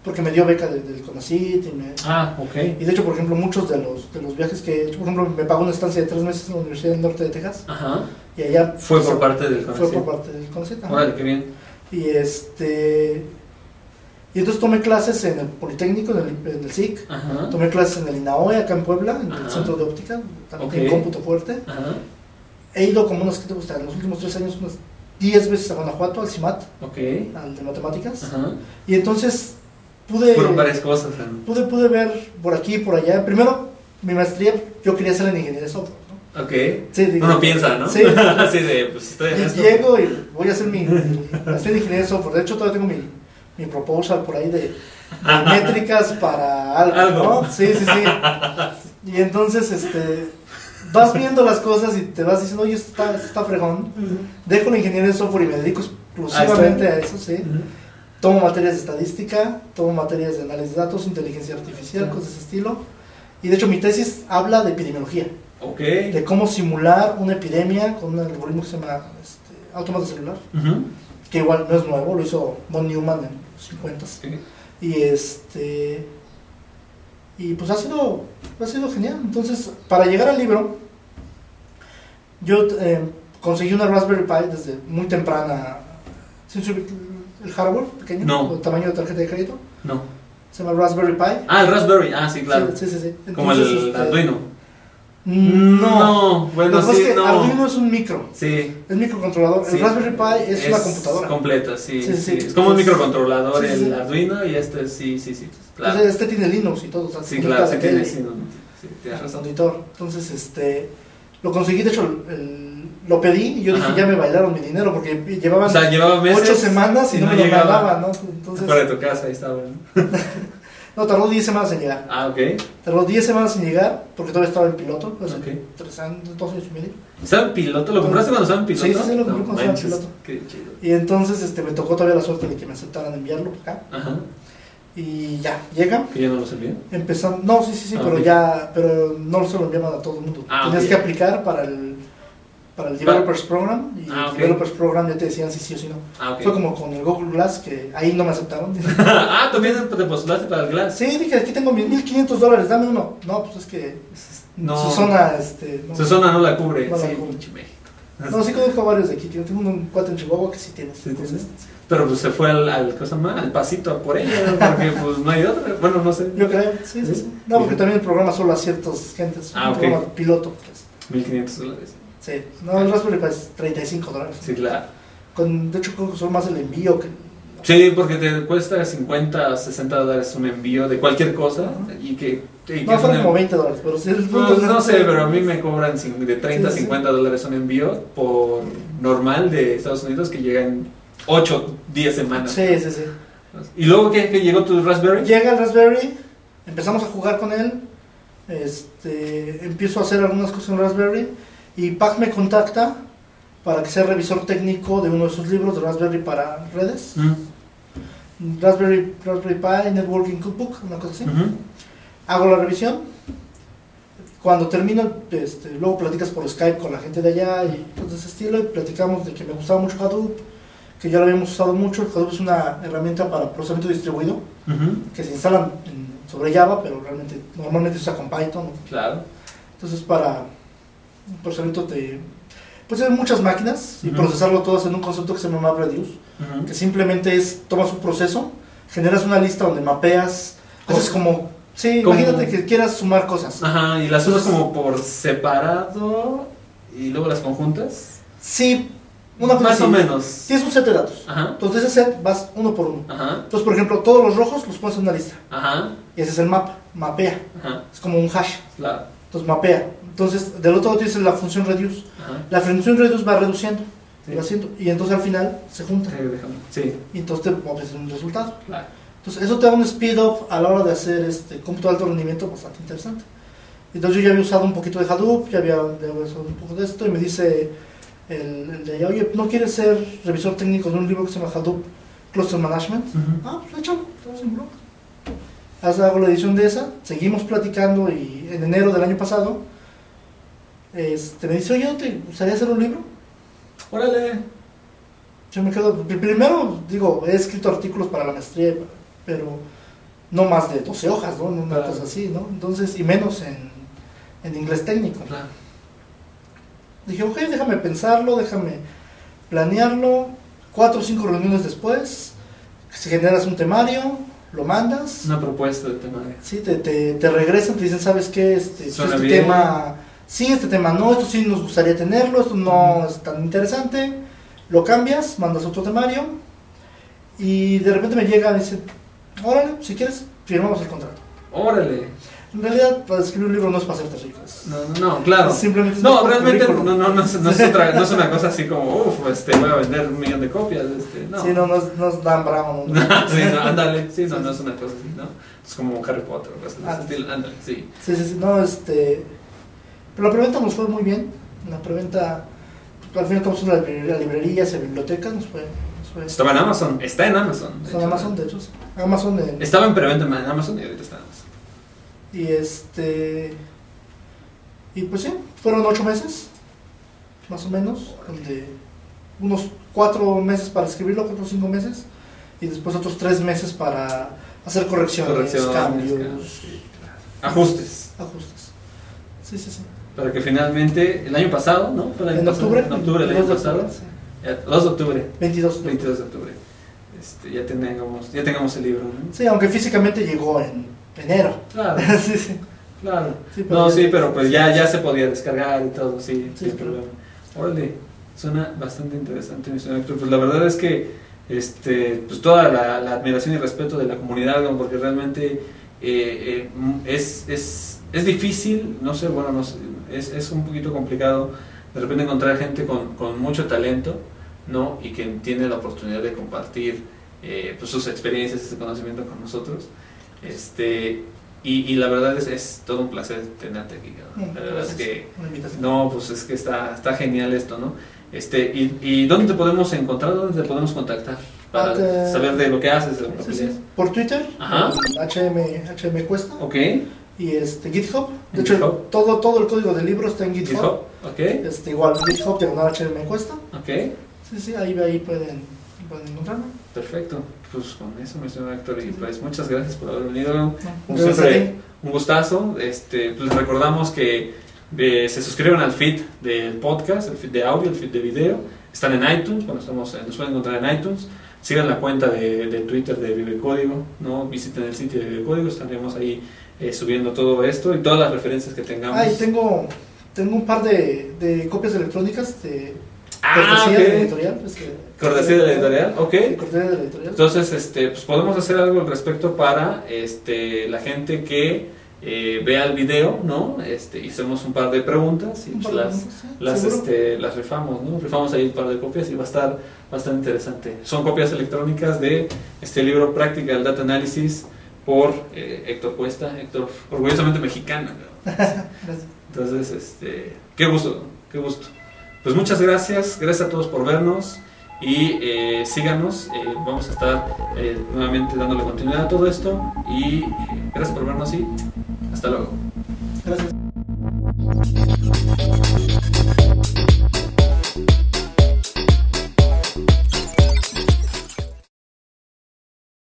Speaker 2: porque me dio beca de- del CONACYT y, me-
Speaker 1: Ah, ok.
Speaker 2: y de hecho, por ejemplo, muchos de los, de los viajes que he hecho, por ejemplo, me pagó una estancia de tres meses en la Universidad del Norte de Texas
Speaker 1: Ajá.
Speaker 2: y allá
Speaker 1: Fue por parte del
Speaker 2: fue por
Speaker 1: conocido.
Speaker 2: parte del CONACYT. ajá.
Speaker 1: Órale, qué bien.
Speaker 2: Y este y entonces tomé clases en el Politécnico, en el, en el SIC,
Speaker 1: Ajá.
Speaker 2: Tomé clases en el INAOE, acá en Puebla, en
Speaker 1: Ajá.
Speaker 2: el centro de óptica, también
Speaker 1: Ok.
Speaker 2: en cómputo fuerte.
Speaker 1: Ajá.
Speaker 2: He ido como unas que te gustan, en los últimos tres años, unas 10 veces a Guanajuato, al CIMAT,
Speaker 1: Ok.
Speaker 2: al de matemáticas.
Speaker 1: Ajá.
Speaker 2: Y entonces pude,
Speaker 1: Fueron varias cosas. ¿no?
Speaker 2: pude, pude ver por aquí y por allá. Primero, mi maestría, yo quería ser en ingeniería de software. ¿no?
Speaker 1: Ok.
Speaker 2: Sí, digo,
Speaker 1: Uno piensa, ¿no?
Speaker 2: Sí.
Speaker 1: Así de, pues estoy en
Speaker 2: Y
Speaker 1: esto.
Speaker 2: llego y voy a hacer mi, mi maestría en ingeniería de software. De hecho, todavía tengo mi, mi proposal por ahí de, de métricas para algo,
Speaker 1: Algo.
Speaker 2: ¿no? Sí, sí, sí. Y entonces, este, vas viendo las cosas y te vas diciendo, oye, esto está, esto está fregón. Dejo la ingeniería de software y me dedico exclusivamente a eso, sí.
Speaker 1: Ujú.
Speaker 2: Tomo materias de estadística, tomo materias de análisis de datos, inteligencia artificial, cosas de ese estilo. Y de hecho, mi tesis habla de epidemiología
Speaker 1: Ok.
Speaker 2: de cómo simular una epidemia con un algoritmo que se llama este, automata celular,
Speaker 1: Ujú.
Speaker 2: que igual no es nuevo, lo hizo Von Neumann en los 50
Speaker 1: Sí.
Speaker 2: y este y pues ha sido ha sido genial. Entonces, para llegar al libro yo eh, conseguí una Raspberry Pi desde muy temprana sin subir el hardware pequeño,
Speaker 1: No.
Speaker 2: o el tamaño de tarjeta de crédito,
Speaker 1: No.
Speaker 2: se llama Raspberry Pi.
Speaker 1: Ah, el Raspberry. Ah, sí, claro.
Speaker 2: Sí, sí, sí, sí.
Speaker 1: Como
Speaker 2: Entonces,
Speaker 1: el
Speaker 2: este, Mm,
Speaker 1: Arduino.
Speaker 2: No.
Speaker 1: Bueno,
Speaker 2: Lo que pasa
Speaker 1: sí,
Speaker 2: es que
Speaker 1: no.
Speaker 2: Arduino es un micro.
Speaker 1: Sí.
Speaker 2: Es microcontrolador.
Speaker 1: sí.
Speaker 2: El Raspberry Pi es, una computadora.
Speaker 1: Completa, sí, sí,
Speaker 2: Sí, sí, sí.
Speaker 1: Es como un
Speaker 2: Es-
Speaker 1: microcontrolador,
Speaker 2: sí, sí,
Speaker 1: el
Speaker 2: sí.
Speaker 1: Arduino y este, sí, sí, sí. Claro.
Speaker 2: Entonces, este tiene Linux y todo. O sea,
Speaker 1: Sí,
Speaker 2: se
Speaker 1: claro, sí
Speaker 2: conecta a la
Speaker 1: tiene,
Speaker 2: tele,
Speaker 1: sí, no, sí, tienes
Speaker 2: al
Speaker 1: razón.
Speaker 2: monitor. Entonces, este, lo conseguí. De hecho, el- el- lo pedí y yo
Speaker 1: Ajá.
Speaker 2: dije, ya me bailaron mi dinero porque llevaban
Speaker 1: O sea, llevaba meses.
Speaker 2: ocho semanas y, no, me lo
Speaker 1: llegaba.
Speaker 2: mandaban, ¿no? Entonces,
Speaker 1: Fuera de tu casa, ahí estaba. ¿no?
Speaker 2: no, tardó 10 semanas en llegar.
Speaker 1: Ah, ok.
Speaker 2: Tardó 10 semanas en llegar porque todavía estaba en piloto. Hace
Speaker 1: Ok.
Speaker 2: tres años, dos años y medio.
Speaker 1: ¿Estaba en piloto? ¿Lo compraste cuando estaba en piloto?
Speaker 2: Sí, sí, sí, lo compré
Speaker 1: No
Speaker 2: cuando estaba en
Speaker 1: manches,
Speaker 2: piloto.
Speaker 1: Qué chido.
Speaker 2: Y entonces, este, me tocó todavía la suerte de que me aceptaran enviarlo para acá.
Speaker 1: Ajá.
Speaker 2: Y ya, llega.
Speaker 1: Que yo no lo sabía.
Speaker 2: Empezando, no, sí, sí, sí,
Speaker 1: Ah,
Speaker 2: pero
Speaker 1: ok.
Speaker 2: ya, pero no se lo enviaban a todo el mundo.
Speaker 1: Ah,
Speaker 2: Tenías
Speaker 1: ok.
Speaker 2: que aplicar para el, para el
Speaker 1: Para-
Speaker 2: Developers Program y
Speaker 1: Ah,
Speaker 2: el
Speaker 1: ok.
Speaker 2: Developers Program ya te decían si sí o si no.
Speaker 1: Ah, ok.
Speaker 2: Fue como con el Google Glass que ahí no me aceptaron.
Speaker 1: ah, también te postulaste para el Glass.
Speaker 2: sí, dije, aquí tengo mis 1500 dólares, dame uno. No, pues es que su zona, este. No,
Speaker 1: Su zona no la cubre.
Speaker 2: No la
Speaker 1: sí,
Speaker 2: cubre.
Speaker 1: pinche México.
Speaker 2: No, sí conozco varios de aquí. Yo tengo un cuate en Chihuahua que sí tiene.
Speaker 1: Sí,
Speaker 2: entonces,
Speaker 1: Pero pues se fue al, al, cosa más, al pasito por ella, porque pues no hay otra. Bueno, no sé.
Speaker 2: Yo creo, sí, sí, sí. No, porque
Speaker 1: Bien.
Speaker 2: también el programa solo a ciertas gentes.
Speaker 1: Ah,
Speaker 2: un
Speaker 1: ok.
Speaker 2: programa piloto. pues.
Speaker 1: 1500 dólares.
Speaker 2: Sí, no, el Raspberry Pi es 35 dólares.
Speaker 1: Sí, claro.
Speaker 2: Con, de hecho, creo que son más el envío que.
Speaker 1: Sí, porque te cuesta 50, 60 dólares un envío de cualquier cosa y que... y que
Speaker 2: No,
Speaker 1: es
Speaker 2: fueron
Speaker 1: una-
Speaker 2: como 20 dólares, pero sí. el punto
Speaker 1: Pues
Speaker 2: es-
Speaker 1: no sé, pero a mí me cobran cin- de 30 a
Speaker 2: Sí, sí.
Speaker 1: 50 dólares un envío por normal de Estados Unidos que llega en 8, 10 semanas.
Speaker 2: Sí, sí, sí.
Speaker 1: ¿Y luego qué? ¿Que llegó tu Raspberry?
Speaker 2: Llega el Raspberry, empezamos a jugar con él, este, empiezo a hacer algunas cosas en Raspberry y Pac me contacta para que sea revisor técnico de uno de sus libros de Raspberry para redes,
Speaker 1: Mm,
Speaker 2: Raspberry, Raspberry Pi Networking Cookbook, una cosa así.
Speaker 1: ujú.
Speaker 2: Hago la revisión. Cuando termino, este, luego platicas por Skype con la gente de allá y cosas de ese estilo. Y platicamos de que me gustaba mucho Hadoop, que ya lo habíamos usado mucho. Hadoop es una herramienta para procesamiento distribuido
Speaker 1: Ujú,
Speaker 2: que se instalan en- sobre Java, pero realmente normalmente se usa con Python.
Speaker 1: Claro.
Speaker 2: Entonces, para un procesamiento de. Pues hay muchas máquinas y
Speaker 1: Ujú.
Speaker 2: procesarlo todas en un concepto que se llama MapReduce
Speaker 1: Ujú.
Speaker 2: que simplemente es tomas un proceso, generas una lista donde mapeas, haces como, sí,
Speaker 1: Como-
Speaker 2: imagínate que quieras sumar cosas.
Speaker 1: Ajá, y las usas
Speaker 2: Entonces-
Speaker 1: como por separado y luego las conjuntas.
Speaker 2: Sí, una cosa
Speaker 1: Más
Speaker 2: así.
Speaker 1: o menos.
Speaker 2: Tienes un set de datos.
Speaker 1: Ajá,
Speaker 2: Entonces ese set vas uno por uno.
Speaker 1: ajá,
Speaker 2: Entonces, por ejemplo, todos los rojos los pones en una lista.
Speaker 1: ajá,
Speaker 2: Y ese es el mapa, mapea.
Speaker 1: ajá,
Speaker 2: Es como un hash.
Speaker 1: claro.
Speaker 2: Entonces mapea. Entonces, del otro lado tienes la función reduce.
Speaker 1: Ajá.
Speaker 2: La función reduce va reduciendo.
Speaker 1: Sí.
Speaker 2: y va haciendo, y entonces al final se junta.
Speaker 1: Sí, déjame. Sí,
Speaker 2: Y entonces te obtienes un resultado.
Speaker 1: claro.
Speaker 2: Entonces, eso te da un speed up a la hora de hacer este cómputo de alto rendimiento bastante interesante. Entonces, yo ya había usado un poquito de Hadoop, ya había, ya había usado un poco de esto, y me dice el, el de allá, oye, ¿no quieres ser revisor técnico de un libro que se llama Hadoop Cluster Management?
Speaker 1: Ujú.
Speaker 2: Ah, pues échalo, estamos en blog. Haz- Hago la edición de esa, seguimos platicando, y en enero del año pasado, este, me dice, oye, ¿no te gustaría hacer un libro?
Speaker 1: Órale.
Speaker 2: Yo me quedo, pr- primero digo, he escrito artículos para la maestría, pero no más de 12 hojas, ¿no? Una
Speaker 1: Claro.
Speaker 2: cosa así, ¿no? Entonces, y menos en, en inglés técnico.
Speaker 1: Claro.
Speaker 2: Dije, ok, déjame pensarlo, déjame planearlo. Cuatro o cinco reuniones después, si generas un temario, lo mandas.
Speaker 1: Una propuesta de tema de...
Speaker 2: Sí, te, te, te regresan, te dicen, ¿sabes qué? Este,
Speaker 1: Suena
Speaker 2: este
Speaker 1: bien.
Speaker 2: tema, sí, este tema no, esto sí nos gustaría tenerlo, esto no es tan interesante. Lo cambias, mandas otro temario y de repente me llega y dice, órale, si quieres, firmamos el contrato.
Speaker 1: Órale.
Speaker 2: En realidad, para escribir un libro no es para hacerte rico. es-
Speaker 1: No, no, no, claro.
Speaker 2: Simplemente es más
Speaker 1: No,
Speaker 2: por
Speaker 1: realmente no,
Speaker 2: currículum.
Speaker 1: no, no, es- no es otra- no es una cosa así como, uff, este, voy a vender un millón de copias. Este, no.
Speaker 2: Sí, no, no es, no es Dan Brown. ¿no?
Speaker 1: sí, no, ándale, sí, no, no es una cosa así, ¿no? Es como Harry Potter, o cosas de ese
Speaker 2: Ah.
Speaker 1: estilo, ándale, sí.
Speaker 2: Sí, sí, sí, no, este. Pero la preventa nos fue muy bien. La preventa, al final, como son las librerías, librerías y bibliotecas, nos fue. Nos fue
Speaker 1: Estaba en Amazon, está en Amazon. de
Speaker 2: Está en
Speaker 1: hecho.
Speaker 2: Amazon, de hecho. sí. Amazon en-
Speaker 1: Estaba en preventa en Amazon y ahorita está en Amazon.
Speaker 2: Y este. Y pues sí, fueron ocho meses, más o menos, donde unos cuatro meses para escribirlo, cuatro o cinco meses, y después otros tres meses para hacer correcciones,
Speaker 1: Correcciones,
Speaker 2: cambios,
Speaker 1: cambios, sí, claro. Ajustes.
Speaker 2: ajustes. Sí, sí, sí.
Speaker 1: Para que finalmente, el año pasado, ¿no? Fue el año
Speaker 2: En
Speaker 1: pasado,
Speaker 2: octubre,
Speaker 1: En octubre, el
Speaker 2: 22
Speaker 1: año
Speaker 2: de
Speaker 1: pasado.
Speaker 2: octubre, sí.
Speaker 1: Ya, 2 de octubre,
Speaker 2: 22 de octubre.
Speaker 1: 22 de octubre. Este, ya, tengamos, ya tengamos el libro, ¿no?
Speaker 2: Sí, aunque físicamente llegó en enero.
Speaker 1: Claro,
Speaker 2: sí, sí.
Speaker 1: claro.
Speaker 2: Sí, pero
Speaker 1: No,
Speaker 2: ya-
Speaker 1: sí, pero pues ya, ya se podía descargar y todo, sí,
Speaker 2: Sí,
Speaker 1: sin
Speaker 2: claro.
Speaker 1: problema. Órale, suena bastante interesante, mi señor Héctor. Pues la verdad es que este, pues toda la, la admiración y respeto de la comunidad, ¿no? porque realmente eh, eh, mm, es, es, es difícil, no sé, bueno, no sé, es, es un poquito complicado de repente encontrar gente con, con mucho talento, ¿no? Y que tiene la oportunidad de compartir eh, pues, sus experiencias, ese conocimiento con nosotros. Este, y, y la verdad es, es todo un placer tenerte aquí. ¿no? La verdad es que
Speaker 2: Una invitación.
Speaker 1: no, pues es que está, está genial esto, ¿no? Este, y, y dónde te podemos encontrar? ¿Dónde te podemos contactar? Para
Speaker 2: Ah, te-
Speaker 1: saber de lo que haces, de lo que
Speaker 2: Sí,
Speaker 1: haces.
Speaker 2: sí. Por Twitter,
Speaker 1: pues, Ajá.
Speaker 2: HM, HM Cuesta.
Speaker 1: Ok,
Speaker 2: y este GitHub.
Speaker 1: ¿En
Speaker 2: De hecho,
Speaker 1: GitHub?
Speaker 2: Todo, todo el código del libro está en GitHub.
Speaker 1: GitHub, ok,
Speaker 2: Este, igual, GitHub diagonal HM encuesta.
Speaker 1: ok,
Speaker 2: Sí, sí, ahí, ahí pueden, pueden encontrarme.
Speaker 1: perfecto. Pues con eso, mi señor Héctor, y pues muchas gracias por haber venido.
Speaker 2: No,
Speaker 1: Como
Speaker 2: gracias
Speaker 1: siempre,
Speaker 2: a ti.
Speaker 1: un gustazo. Este, les recordamos que eh, se suscriban al feed del podcast, el feed de audio, el feed de video. Están en iTunes, bueno, estamos, eh, nos pueden encontrar en iTunes. Sigan la cuenta de, de Twitter de Vive Código, ¿no? visiten el sitio de Vive Código, estaremos ahí eh, subiendo todo esto y todas las referencias que tengamos.
Speaker 2: Ah, y tengo, tengo un par de, de copias electrónicas de
Speaker 1: Ah,
Speaker 2: cortesía
Speaker 1: ok.
Speaker 2: de la editorial. pues, que-
Speaker 1: Cortesía de la editorial, ok.
Speaker 2: Sí, cortesía de la editorial.
Speaker 1: Entonces, este, pues podemos hacer algo al respecto para este, la gente que eh, vea el video, ¿no? Este, hicimos un par de preguntas y
Speaker 2: Un par
Speaker 1: pues,
Speaker 2: de
Speaker 1: las,
Speaker 2: nombres, ¿sí?
Speaker 1: las,
Speaker 2: Seguro.
Speaker 1: este, las rifamos, ¿no? Rifamos ahí un par de copias y va a estar bastante interesante. Son copias electrónicas de este libro Practical Data Analysis por eh, Héctor Cuesta, Héctor, orgullosamente mexicano. ¿no?
Speaker 2: Gracias.
Speaker 1: Entonces, este, qué gusto, qué gusto. Pues muchas gracias, gracias a todos por vernos y eh, síganos, eh, vamos a estar eh, nuevamente dándole continuidad a todo esto y eh, gracias por vernos y hasta luego.
Speaker 2: Gracias.